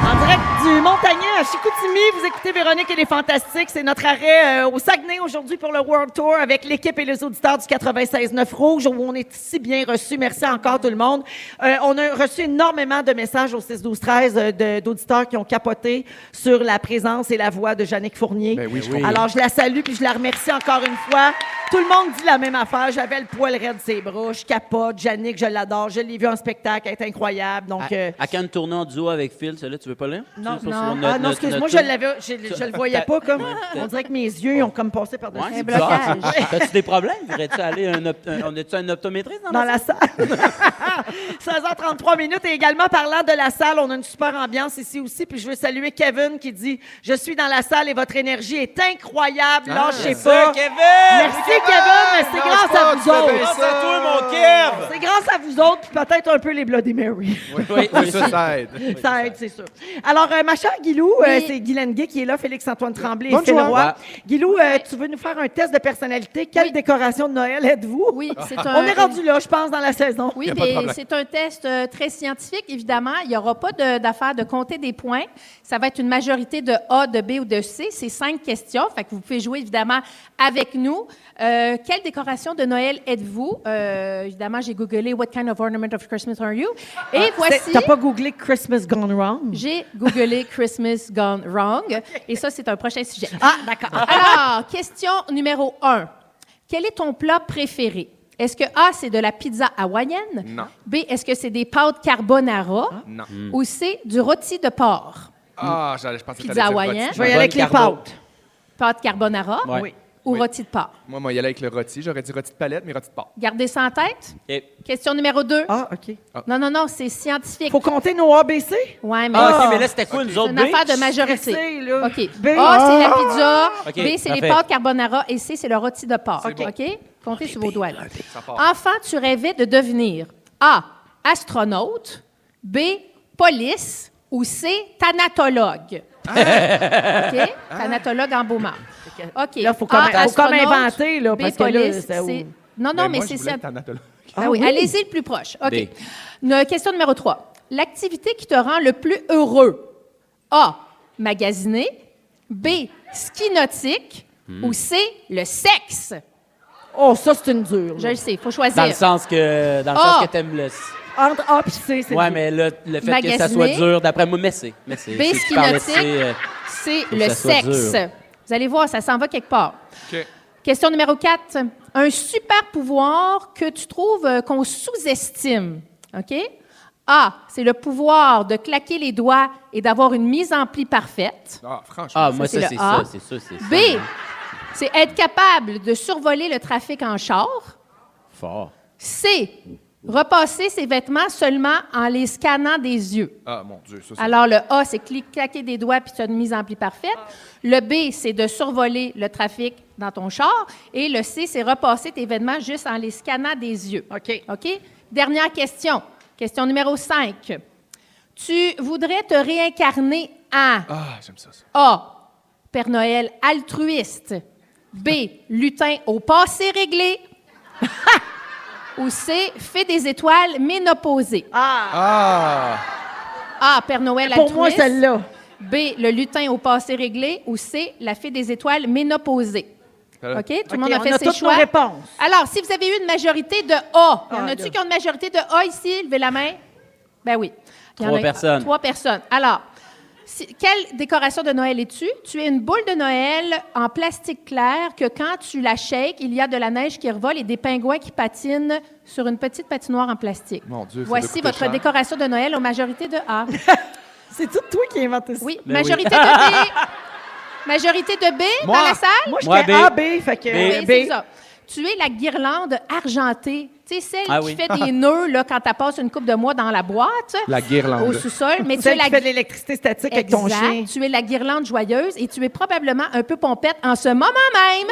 Speaker 3: En direct du Montagnan à Chicoutimi, vous écoutez Véronique et les Fantastiques. C'est notre arrêt euh, au Saguenay aujourd'hui pour le World Tour avec l'équipe et les auditeurs du 96.9 Rouge où on est si bien reçus. Merci encore tout le monde. Euh, on a reçu énormément de messages au 6-12-13 euh, de- d'auditeurs qui ont capoté sur la présence et la voix de Jannick Fournier.
Speaker 15: Ben oui, je comprends.
Speaker 3: Alors, je la salue puis je la remercie encore une fois. Tout le monde dit la même affaire. J'avais le poil raide de ses bras. Je capote. Jannick, je l'adore. Je l'ai vu en spectacle. Elle est incroyable. Donc,
Speaker 15: Ah,
Speaker 3: euh,
Speaker 16: À, à quand tourner en duo avec Phil, celle-là, tu veux pas lire?
Speaker 3: non,
Speaker 16: Ça, c'est
Speaker 3: non.
Speaker 16: sur notre-
Speaker 3: Ah, non,
Speaker 16: notre-
Speaker 3: excuse-moi,
Speaker 16: notre-
Speaker 3: je, l'avais, je, je le voyais pas comme.
Speaker 16: Ouais,
Speaker 3: On dirait que mes yeux ils ont comme passé par-dessus.
Speaker 16: Ouais, c'est bizarre. T'as-tu des problèmes? Voudrais-tu aller un opt- un- on a-tu un optométriste dans,
Speaker 3: Dans
Speaker 16: la
Speaker 3: la salle? (laughs) 16h33 minutes et également parlant de la salle, on a une super ambiance ici aussi. Puis je veux saluer Kevin qui dit Je suis dans la salle et votre énergie est incroyable.
Speaker 16: Ah,
Speaker 3: Lâchez
Speaker 16: c'est
Speaker 3: pas.
Speaker 16: ça, Kevin!
Speaker 3: Merci
Speaker 16: Oui,
Speaker 3: Kevin, mais c'est
Speaker 16: Lâche
Speaker 3: grâce
Speaker 16: pas,
Speaker 3: à
Speaker 16: tu
Speaker 3: vous
Speaker 16: fais
Speaker 3: autres.
Speaker 16: bien Grâce à ça. toi, mon Kev.
Speaker 3: C'est grâce à vous autres, puis peut-être un peu les Bloody Mary.
Speaker 8: oui, oui, ça, ça aide.
Speaker 3: Ça aide, c'est sûr. Alors, euh, ma chère Guilou, euh, c'est Guylaine Gay qui est là, Félix-Antoine Tremblay
Speaker 12: Bonne
Speaker 3: et Phil
Speaker 12: joie.
Speaker 3: Roy.
Speaker 12: Ouais.
Speaker 3: Guilou, euh, tu veux nous faire un test de personnalité. Quelle décoration de Noël êtes-vous? Oui,
Speaker 12: c'est
Speaker 3: On
Speaker 12: un-
Speaker 3: est rendu là, je pense, dans la saison.
Speaker 12: Oui, puis c'est un test euh, très scientifique, évidemment. Il n'y aura pas de- d'affaire de, compter des points. Ça va être une majorité de A, de B ou de C. C'est cinq questions. Fait que vous pouvez jouer, évidemment, avec nous. Euh, quelle décoration de Noël êtes-vous? Euh, évidemment, j'ai googlé What kind of ornament of Christmas are you? Et
Speaker 3: Ah,
Speaker 12: voici.
Speaker 3: c'est- T'as pas googlé Christmas Gone Wrong?
Speaker 12: J'ai googlé Christmas Gone Wrong. Et ça, c'est un prochain sujet.
Speaker 3: Ah, d'accord.
Speaker 12: (laughs) Alors, question numéro un. Quel est ton plat préféré? Est-ce que A, c'est de la pizza hawaïenne?
Speaker 13: Non.
Speaker 12: B, est-ce que c'est des pâtes carbonara?
Speaker 13: Non.
Speaker 12: Ou C, du rôti de porc?
Speaker 13: Ah, j'allais, je pensais que
Speaker 12: Pizza
Speaker 13: t'allais dire
Speaker 12: hawaïenne.
Speaker 13: rôti.
Speaker 12: Pâtes carbonara?
Speaker 13: Ouais. Oui.
Speaker 12: Ou rôti de porc?
Speaker 13: Moi, moi, il y allait avec le rôti. J'aurais dit rôti de palette, mais rôti de porc.
Speaker 12: Gardez ça en tête. Question numéro 2.
Speaker 3: Ah, OK.
Speaker 12: Non, non, non, c'est scientifique.
Speaker 3: Faut compter nos ABC?
Speaker 12: Oui, mais...
Speaker 16: Ah, OK, mais là, c'était quoi, nous
Speaker 12: C'est
Speaker 16: autres?
Speaker 12: une
Speaker 16: B?
Speaker 12: affaire de majorité. OK.
Speaker 16: B.
Speaker 12: A, c'est
Speaker 16: Ah!
Speaker 12: la pizza.
Speaker 16: OK,
Speaker 12: B, c'est les
Speaker 16: parfait.
Speaker 12: pâtes carbonara. Et C, c'est le rôti de porc.
Speaker 16: C'est bon. Ah,
Speaker 12: OK? Comptez sur vos doigts. là.
Speaker 13: Ça part.
Speaker 12: Enfant, tu rêvais de devenir A, astronaute, B, police ou C, thanatologue.
Speaker 16: Ah.
Speaker 12: OK? Thanatologue en beau OK.
Speaker 3: Là, faut comme-
Speaker 12: A,
Speaker 3: faut comme
Speaker 12: astronaute,
Speaker 3: inventer, là,
Speaker 12: B,
Speaker 3: parce que là,
Speaker 12: police,
Speaker 3: c'est-
Speaker 12: C- Non,
Speaker 8: Ben,
Speaker 12: non, mais, c'est ça. Ah
Speaker 13: Ah
Speaker 12: oui,
Speaker 13: oui?
Speaker 12: allez-y le plus proche. OK.
Speaker 13: Des.
Speaker 12: Ne- question numéro 3. L'activité qui te rend le plus heureux. A. Magasiner. B. Ski nautique.
Speaker 16: Hmm.
Speaker 12: Ou C. Le sexe.
Speaker 3: Oh, ça, c'est une dure.
Speaker 12: Je le sais, il faut choisir.
Speaker 16: Dans le sens que, dans le
Speaker 12: Ah!
Speaker 16: sens que t'aimes le...
Speaker 3: Entre A et C, c'est
Speaker 16: Ouais,
Speaker 3: dur.
Speaker 16: mais le, le fait que ça
Speaker 12: Magasiner.
Speaker 16: soit dur, d'après moi, mais c'est. Mais c'est.
Speaker 12: B.
Speaker 16: c'est-
Speaker 12: Ski
Speaker 16: tu parlais de ces,
Speaker 12: nautique.
Speaker 16: euh,
Speaker 12: C.
Speaker 16: faut que
Speaker 12: Le
Speaker 16: ça soit
Speaker 12: sexe.
Speaker 16: dur.
Speaker 12: Vous allez voir, ça s'en va quelque part. Question numéro 4. Un super pouvoir que tu trouves euh, qu'on sous-estime. OK? A. C'est le pouvoir de claquer les doigts et d'avoir une mise en pli parfaite.
Speaker 13: Ah, franchement.
Speaker 16: Ah, moi,
Speaker 12: Ça,
Speaker 16: ça,
Speaker 12: c'est
Speaker 16: c'est
Speaker 12: le A.
Speaker 16: ça, c'est ça, c'est ça.
Speaker 12: B. C'est être capable de survoler le trafic en char.
Speaker 16: Fort.
Speaker 12: C. Repasser ses vêtements seulement en les scannant des yeux.
Speaker 13: Ah, mon Dieu, ça, c'est-
Speaker 12: Alors, le A, c'est cli- claquer des doigts puis tu as une mise en pli parfaite.
Speaker 13: Ah.
Speaker 12: Le B, c'est de survoler le trafic dans ton char. Et le C, c'est repasser tes événements juste en les scannant des yeux. OK. OK? Dernière question. Question numéro 5. Tu voudrais te réincarner en
Speaker 13: Ah, j'aime ça, ça.
Speaker 12: A. Père Noël altruiste. B. Lutin au passé réglé. (laughs) Ou C. Fait des étoiles ménopausées.
Speaker 13: Ah!
Speaker 12: A. Père Noël
Speaker 3: Pour moi,
Speaker 12: altruiste.
Speaker 3: celle-là.
Speaker 12: B. Le lutin au passé réglé. Ou C. La fée des étoiles ménopausée. OK? Tout le monde a
Speaker 3: on
Speaker 12: fait
Speaker 3: a
Speaker 12: ses
Speaker 3: toutes
Speaker 12: choix.
Speaker 3: nos réponses.
Speaker 12: Alors, si vous avez eu une majorité de A, y en
Speaker 3: Ah,
Speaker 12: a-tu
Speaker 3: là.
Speaker 12: qui ont une majorité de A ici? Levez la main. Ben oui. Il y en
Speaker 16: Trois
Speaker 12: a-
Speaker 16: personnes.
Speaker 12: Trois personnes. Alors, si- quelle décoration de Noël es-tu? Tu es une boule de Noël en plastique clair que quand tu la shakes, il y a de la neige qui revole et des pingouins qui patinent sur une petite patinoire en plastique.
Speaker 13: Mon Dieu, ça doit
Speaker 12: Voici
Speaker 13: coûter
Speaker 12: votre
Speaker 13: cher.
Speaker 12: décoration de Noël aux majorités de A.
Speaker 3: C'est tout toi qui inventé ça.
Speaker 12: Oui,
Speaker 13: Ben
Speaker 12: majorité
Speaker 13: oui.
Speaker 12: de
Speaker 3: (laughs)
Speaker 12: B. Majorité de B dans la salle?
Speaker 3: Moi, j'étais AB, fait que
Speaker 12: Oui,
Speaker 3: B.
Speaker 12: c'est ça. Tu es la guirlande argentée. Tu sais, celle
Speaker 8: Ah
Speaker 12: qui
Speaker 8: oui.
Speaker 12: fait
Speaker 3: (laughs)
Speaker 12: des nœuds là, quand tu passes une coupe de mois dans la boîte.
Speaker 8: La guirlande.
Speaker 12: Au sous-sol. Mais tu es
Speaker 3: Celle
Speaker 12: la
Speaker 3: qui fait de l'électricité statique avec ton
Speaker 12: Exact.
Speaker 3: chien.
Speaker 12: Tu es la guirlande joyeuse et tu es probablement un peu pompette en ce moment même.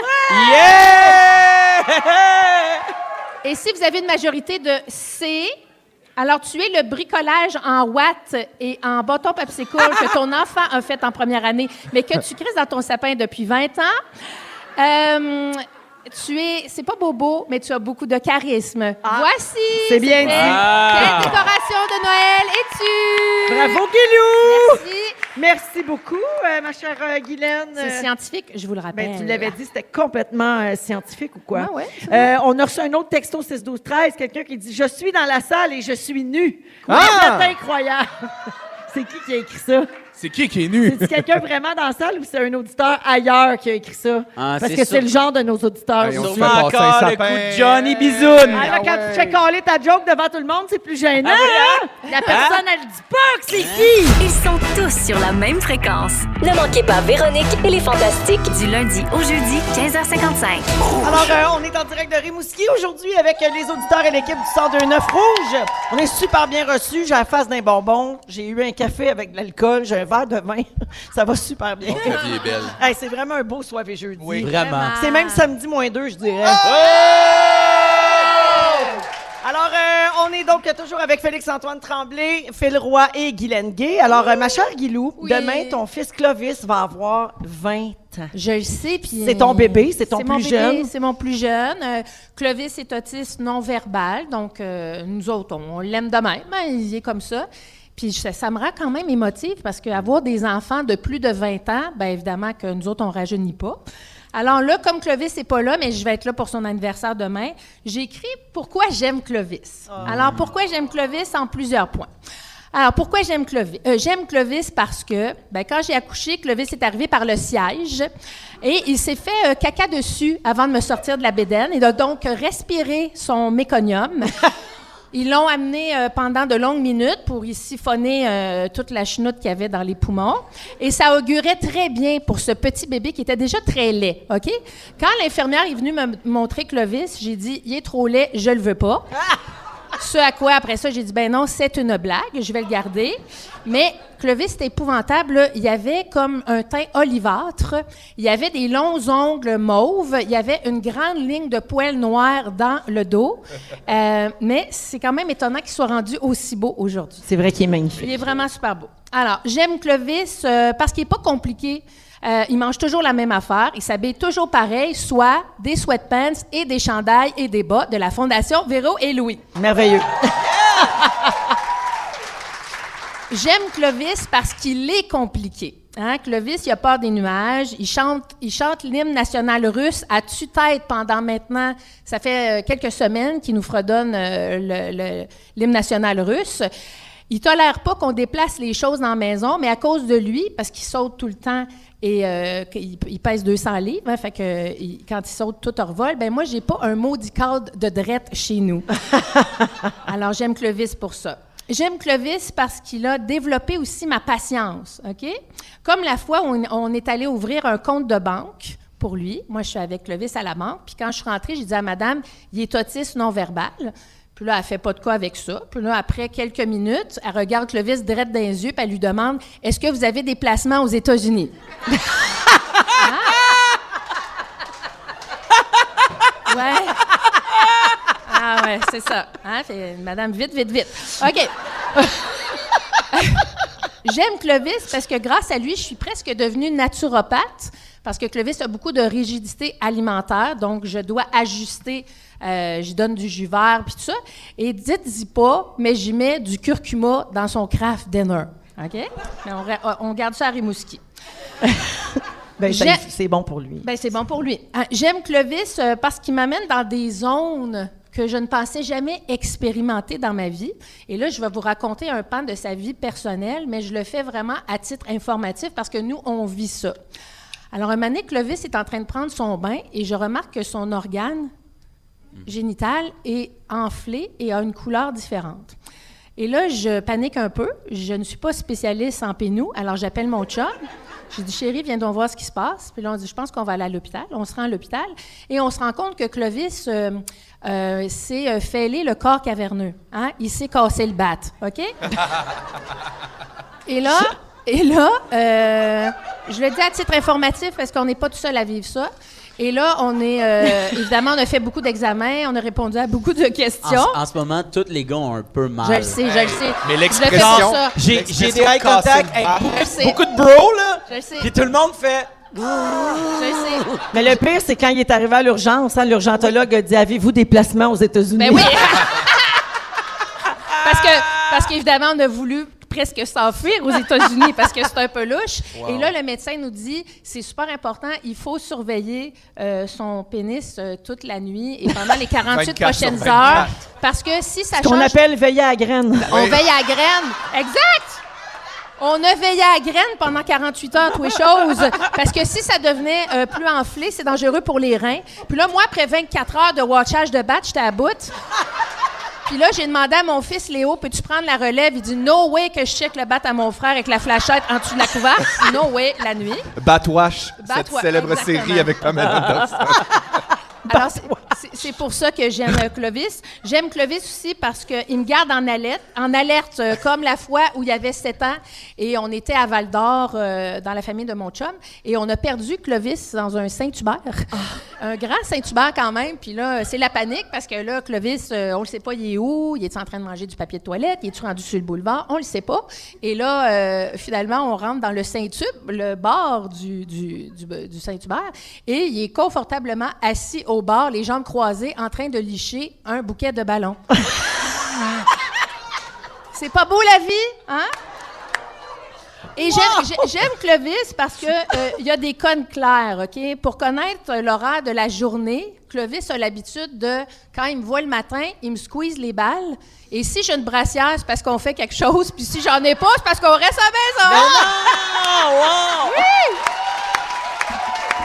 Speaker 12: Et si vous avez une majorité de C, alors tu es le bricolage en watts et en bâton popsicle
Speaker 3: (laughs)
Speaker 12: que ton enfant a fait en première année, mais que tu crises dans ton sapin depuis 20 ans. Euh, tu es, c'est pas bobo, mais tu as beaucoup de charisme.
Speaker 3: Ah.
Speaker 12: Voici.
Speaker 13: C'est bien
Speaker 12: c'était
Speaker 13: dit. Ah.
Speaker 12: Quelle décoration de Noël es-tu?
Speaker 3: Bravo, Guilou!
Speaker 12: Merci.
Speaker 3: Merci beaucoup, euh, ma chère euh, Guylaine.
Speaker 12: C'est
Speaker 3: Euh,
Speaker 12: scientifique, je vous le rappelle.
Speaker 3: Ben, tu l'avais dit, c'était complètement euh, scientifique ou quoi?
Speaker 12: Ah ouais, c'est
Speaker 3: Euh, on a reçu un autre texto 6 12 13 quelqu'un qui dit Je suis dans la salle et je suis nu.
Speaker 13: Ah!
Speaker 3: C'est incroyable. (laughs) c'est qui qui a écrit ça?
Speaker 8: C'est qui qui est nu?
Speaker 3: C'est quelqu'un vraiment dans la salle ou c'est un auditeur ailleurs qui a écrit ça?
Speaker 8: Ah,
Speaker 3: Parce
Speaker 8: c'est
Speaker 3: que
Speaker 8: sûr.
Speaker 3: c'est le genre de nos auditeurs.
Speaker 8: Hey, on
Speaker 3: aussi.
Speaker 8: se fait Sûrement passer un encore le sapin. coup de Johnny Bisoun.
Speaker 3: Ah, là,
Speaker 8: Ah
Speaker 3: quand
Speaker 8: ouais.
Speaker 3: tu te fais caler ta joke devant tout le monde, c'est plus gênant.
Speaker 1: Ah
Speaker 3: hein?
Speaker 1: oui,
Speaker 3: La personne, elle dit pas que c'est qui.
Speaker 1: Ils sont tous sur la même fréquence. Ne manquez pas Véronique et les Fantastiques du lundi au jeudi 15h55.
Speaker 3: Alors, euh, on est en direct de Rimouski aujourd'hui avec euh, les auditeurs et l'équipe du 102.9 Rouge. On est super bien reçus. J'ai la face d'un bonbon. J'ai eu un café avec de l'alcool. J'ai un verre de vin. (laughs) Ça va super bien.
Speaker 13: Oh, ta vie est belle.
Speaker 3: Hey, c'est vraiment un beau soir et jeudi.
Speaker 13: Oui, vraiment.
Speaker 3: C'est même samedi moins deux, je dirais.
Speaker 13: Oh!
Speaker 3: Alors, euh, on est donc toujours avec Félix-Antoine Tremblay, Phil Roy et Guylaine Gay. Alors, euh, ma chère Guilou, demain, ton fils Clovis va avoir 20 ans.
Speaker 12: Je le sais, puis...
Speaker 3: C'est ton bébé, c'est ton
Speaker 12: mon
Speaker 3: plus
Speaker 12: bébé,
Speaker 3: jeune.
Speaker 12: C'est mon plus jeune. Euh, Clovis est autiste non-verbal, donc euh, nous autres, on, on l'aime de même. hein, il est comme ça. Puis je- ça me rend quand même émotive parce qu'avoir des enfants de plus de 20 ans, bien évidemment que nous autres, on rajeunit pas. Alors là, comme Clovis n'est pas là, mais je vais être là pour son anniversaire demain, j'ai écrit pourquoi j'aime Clovis.
Speaker 3: Ah.
Speaker 12: Alors pourquoi j'aime Clovis en plusieurs points. Alors, pourquoi j'aime Clovis? Euh, j'aime Clovis parce que, ben, quand j'ai accouché, Clovis est arrivé par le siège et il s'est fait euh, caca dessus avant de me sortir de la bédaine. Il a donc respiré son méconium. Ils l'ont amené euh, pendant de longues minutes pour y siphonner euh, toute la chenoute qu'il y avait dans les poumons. Et ça augurait très bien pour ce petit bébé qui était déjà très laid, OK? Quand l'infirmière est venue me montrer Clovis, j'ai dit, il est trop laid, je le veux pas. Ce à quoi, après ça, j'ai dit, ben non, c'est une blague, je vais le garder. Mais Clovis, c'était épouvantable. là. Il y avait comme un teint olivâtre, il y avait des longs ongles mauves, il y avait une grande ligne de poils noirs dans le dos. Euh, mais c'est quand même étonnant qu'il soit rendu aussi beau aujourd'hui.
Speaker 3: C'est vrai qu'il est magnifique.
Speaker 12: Il est vraiment super beau. Alors, j'aime Clovis euh, parce qu'il n'est pas compliqué. Euh, il mange toujours la même affaire. Il s'habille toujours pareil, soit des sweatpants et des chandails et des bas de la Fondation Véro et Louis.
Speaker 3: Merveilleux.
Speaker 12: J'aime Clovis parce qu'il est compliqué. Hein, Clovis, il a peur des nuages. Il chante, il chante l'hymne national russe à tue-tête pendant maintenant. Ça fait euh, quelques semaines qu'il nous fredonne euh, le- le- l'hymne national russe. Il tolère pas qu'on déplace les choses dans la maison, mais à cause de lui, parce qu'il saute tout le temps et euh, qu'il- il pèse 200 livres, hein, fait que euh, il- quand il saute, tout revole. Ben moi, j'ai pas un maudit cadre de drette chez nous. (laughs) Alors, j'aime Clovis pour ça. J'aime Clovis parce qu'il a développé aussi ma patience, OK? Comme la fois où on, on est allé ouvrir un compte de banque pour lui. Moi, je suis avec Clovis à la banque. Puis quand je suis rentrée, j'ai dit à madame, il est autiste non-verbal. Puis là, elle fait pas de quoi avec ça. Puis là, après quelques minutes, elle regarde Clovis direct dans les yeux, puis elle lui demande Est-ce que vous avez des placements aux (laughs) États-Unis Ah! Hein? Ouais. Ah ouais, c'est ça. Hein? Fait, Madame, vite, vite, vite. OK. (laughs) J'aime Clovis parce que grâce à lui, je suis presque devenue naturopathe parce que Clovis a beaucoup de rigidité alimentaire, donc je dois ajuster. euh, je donne du jus vert puis tout ça. Et dites-y pas, mais j'y mets du curcuma dans son craft dinner. OK? Mais on, ra- on garde ça à Rimouski.
Speaker 3: Ben, ça,
Speaker 12: J'ai-
Speaker 3: c'est bon pour lui.
Speaker 12: Ben, c'est bon pour lui. Ah, J'aime Clovis euh, parce qu'il m'amène dans des zones que je ne pensais jamais expérimenter dans ma vie. Et là, je vais vous raconter un pan de sa vie personnelle, mais je le fais vraiment à titre informatif parce que nous, on vit ça. Alors, un moment donné, Clovis est en train de prendre son bain et je remarque que son organe génital est enflé et a une couleur différente. Et là, je panique un peu. Je ne suis pas spécialiste en pénou, alors j'appelle mon chat. J'ai dit, chérie, viens donc voir ce qui se passe. Puis là, on dit, je pense qu'on va aller à l'hôpital. On se rend à l'hôpital et on se rend compte que Clovis euh, euh, s'est euh, fêlé le corps caverneux. Hein? Il s'est cassé le bat. OK? Et là, et là euh, je le dis à titre informatif parce qu'on n'est pas tout seul à vivre ça. Et là, on est. euh, évidemment, on a fait beaucoup d'examens, on a répondu à beaucoup de
Speaker 16: En,
Speaker 12: questions.
Speaker 16: en ce moment, tous les gars ont un peu mal.
Speaker 12: Je le sais, je le sais.
Speaker 16: Ah, Mais
Speaker 12: Je le fais pour
Speaker 16: l'expression.
Speaker 12: ça.
Speaker 16: J'ai j'ai des eye
Speaker 13: L'expression
Speaker 16: contact
Speaker 13: casser le
Speaker 16: avec
Speaker 13: bras.
Speaker 16: beaucoup-
Speaker 12: Je le sais.
Speaker 16: beaucoup de bros, là.
Speaker 12: Je le sais.
Speaker 16: Puis tout le monde fait.
Speaker 12: Je le sais.
Speaker 3: Mais le pire, c'est quand il est arrivé à l'urgence, hein, l'urgentologue a dit Avez-vous des placements aux États-Unis
Speaker 12: Ben oui! (laughs) parce que parce qu'évidemment, on a voulu presque s'enfuir aux États-Unis parce que c'est un peu louche.
Speaker 15: Wow.
Speaker 12: Et là, le médecin nous dit, c'est super important, il faut surveiller euh, son pénis euh, toute la nuit et pendant les 48
Speaker 3: 24 sur
Speaker 12: prochaines
Speaker 3: 24.
Speaker 12: heures. Parce que si ça
Speaker 3: Ce
Speaker 12: change...
Speaker 3: qu'on appelle veiller à la graine.
Speaker 12: On veille à la graine. Exact! On a veillé à la graine pendant 48 heures, tous les choses. Parce que si ça devenait euh, plus enflé, c'est dangereux pour les reins. Puis là, moi, après 24 heures de watchage de batch, j'étais à bout. Puis là, j'ai demandé à mon fils Léo, peux-tu prendre la relève? Il dit, no way que je check le bat à mon frère avec la flashette en dessous de la couverte. No way, la nuit.
Speaker 11: Batwash, cette
Speaker 12: Batwash,
Speaker 11: célèbre
Speaker 12: exactement.
Speaker 11: série avec Pamela Anderson.
Speaker 12: Alors, c'est- c'est- c'est pour ça que j'aime euh, Clovis. J'aime Clovis aussi parce qu'il me garde en alerte, en alerte euh, comme la fois où il y avait 7 ans et on était à Val d'Or euh, dans la famille de mon chum et on a perdu Clovis dans un Saint-Hubert. Un grand Saint-Hubert quand même. Puis là, c'est la panique parce que là, Clovis, euh, on le sait pas, il est où? Il est en train de manger du papier de toilette? Il est rendu sur le boulevard? On le sait pas. Et là, euh, finalement, on rentre dans le Saint-Tube, le bar du, du, du- du Saint-Hubert, et il est confortablement assis au bar, les jambes croisées, en train de licher un bouquet de ballons. C'est pas beau la vie, hein? Et j'aime- j'ai- j'aime Clovis parce que euh, il y a des connes claires, OK? Pour connaître euh, l'horaire de la journée, Clovis a l'habitude de, quand il me voit le matin, il me squeeze les balles. Et si j'ai une brassière, c'est parce qu'on fait quelque chose. Puis si j'en ai pas, c'est parce qu'on reste à la maison. Oui! Oui!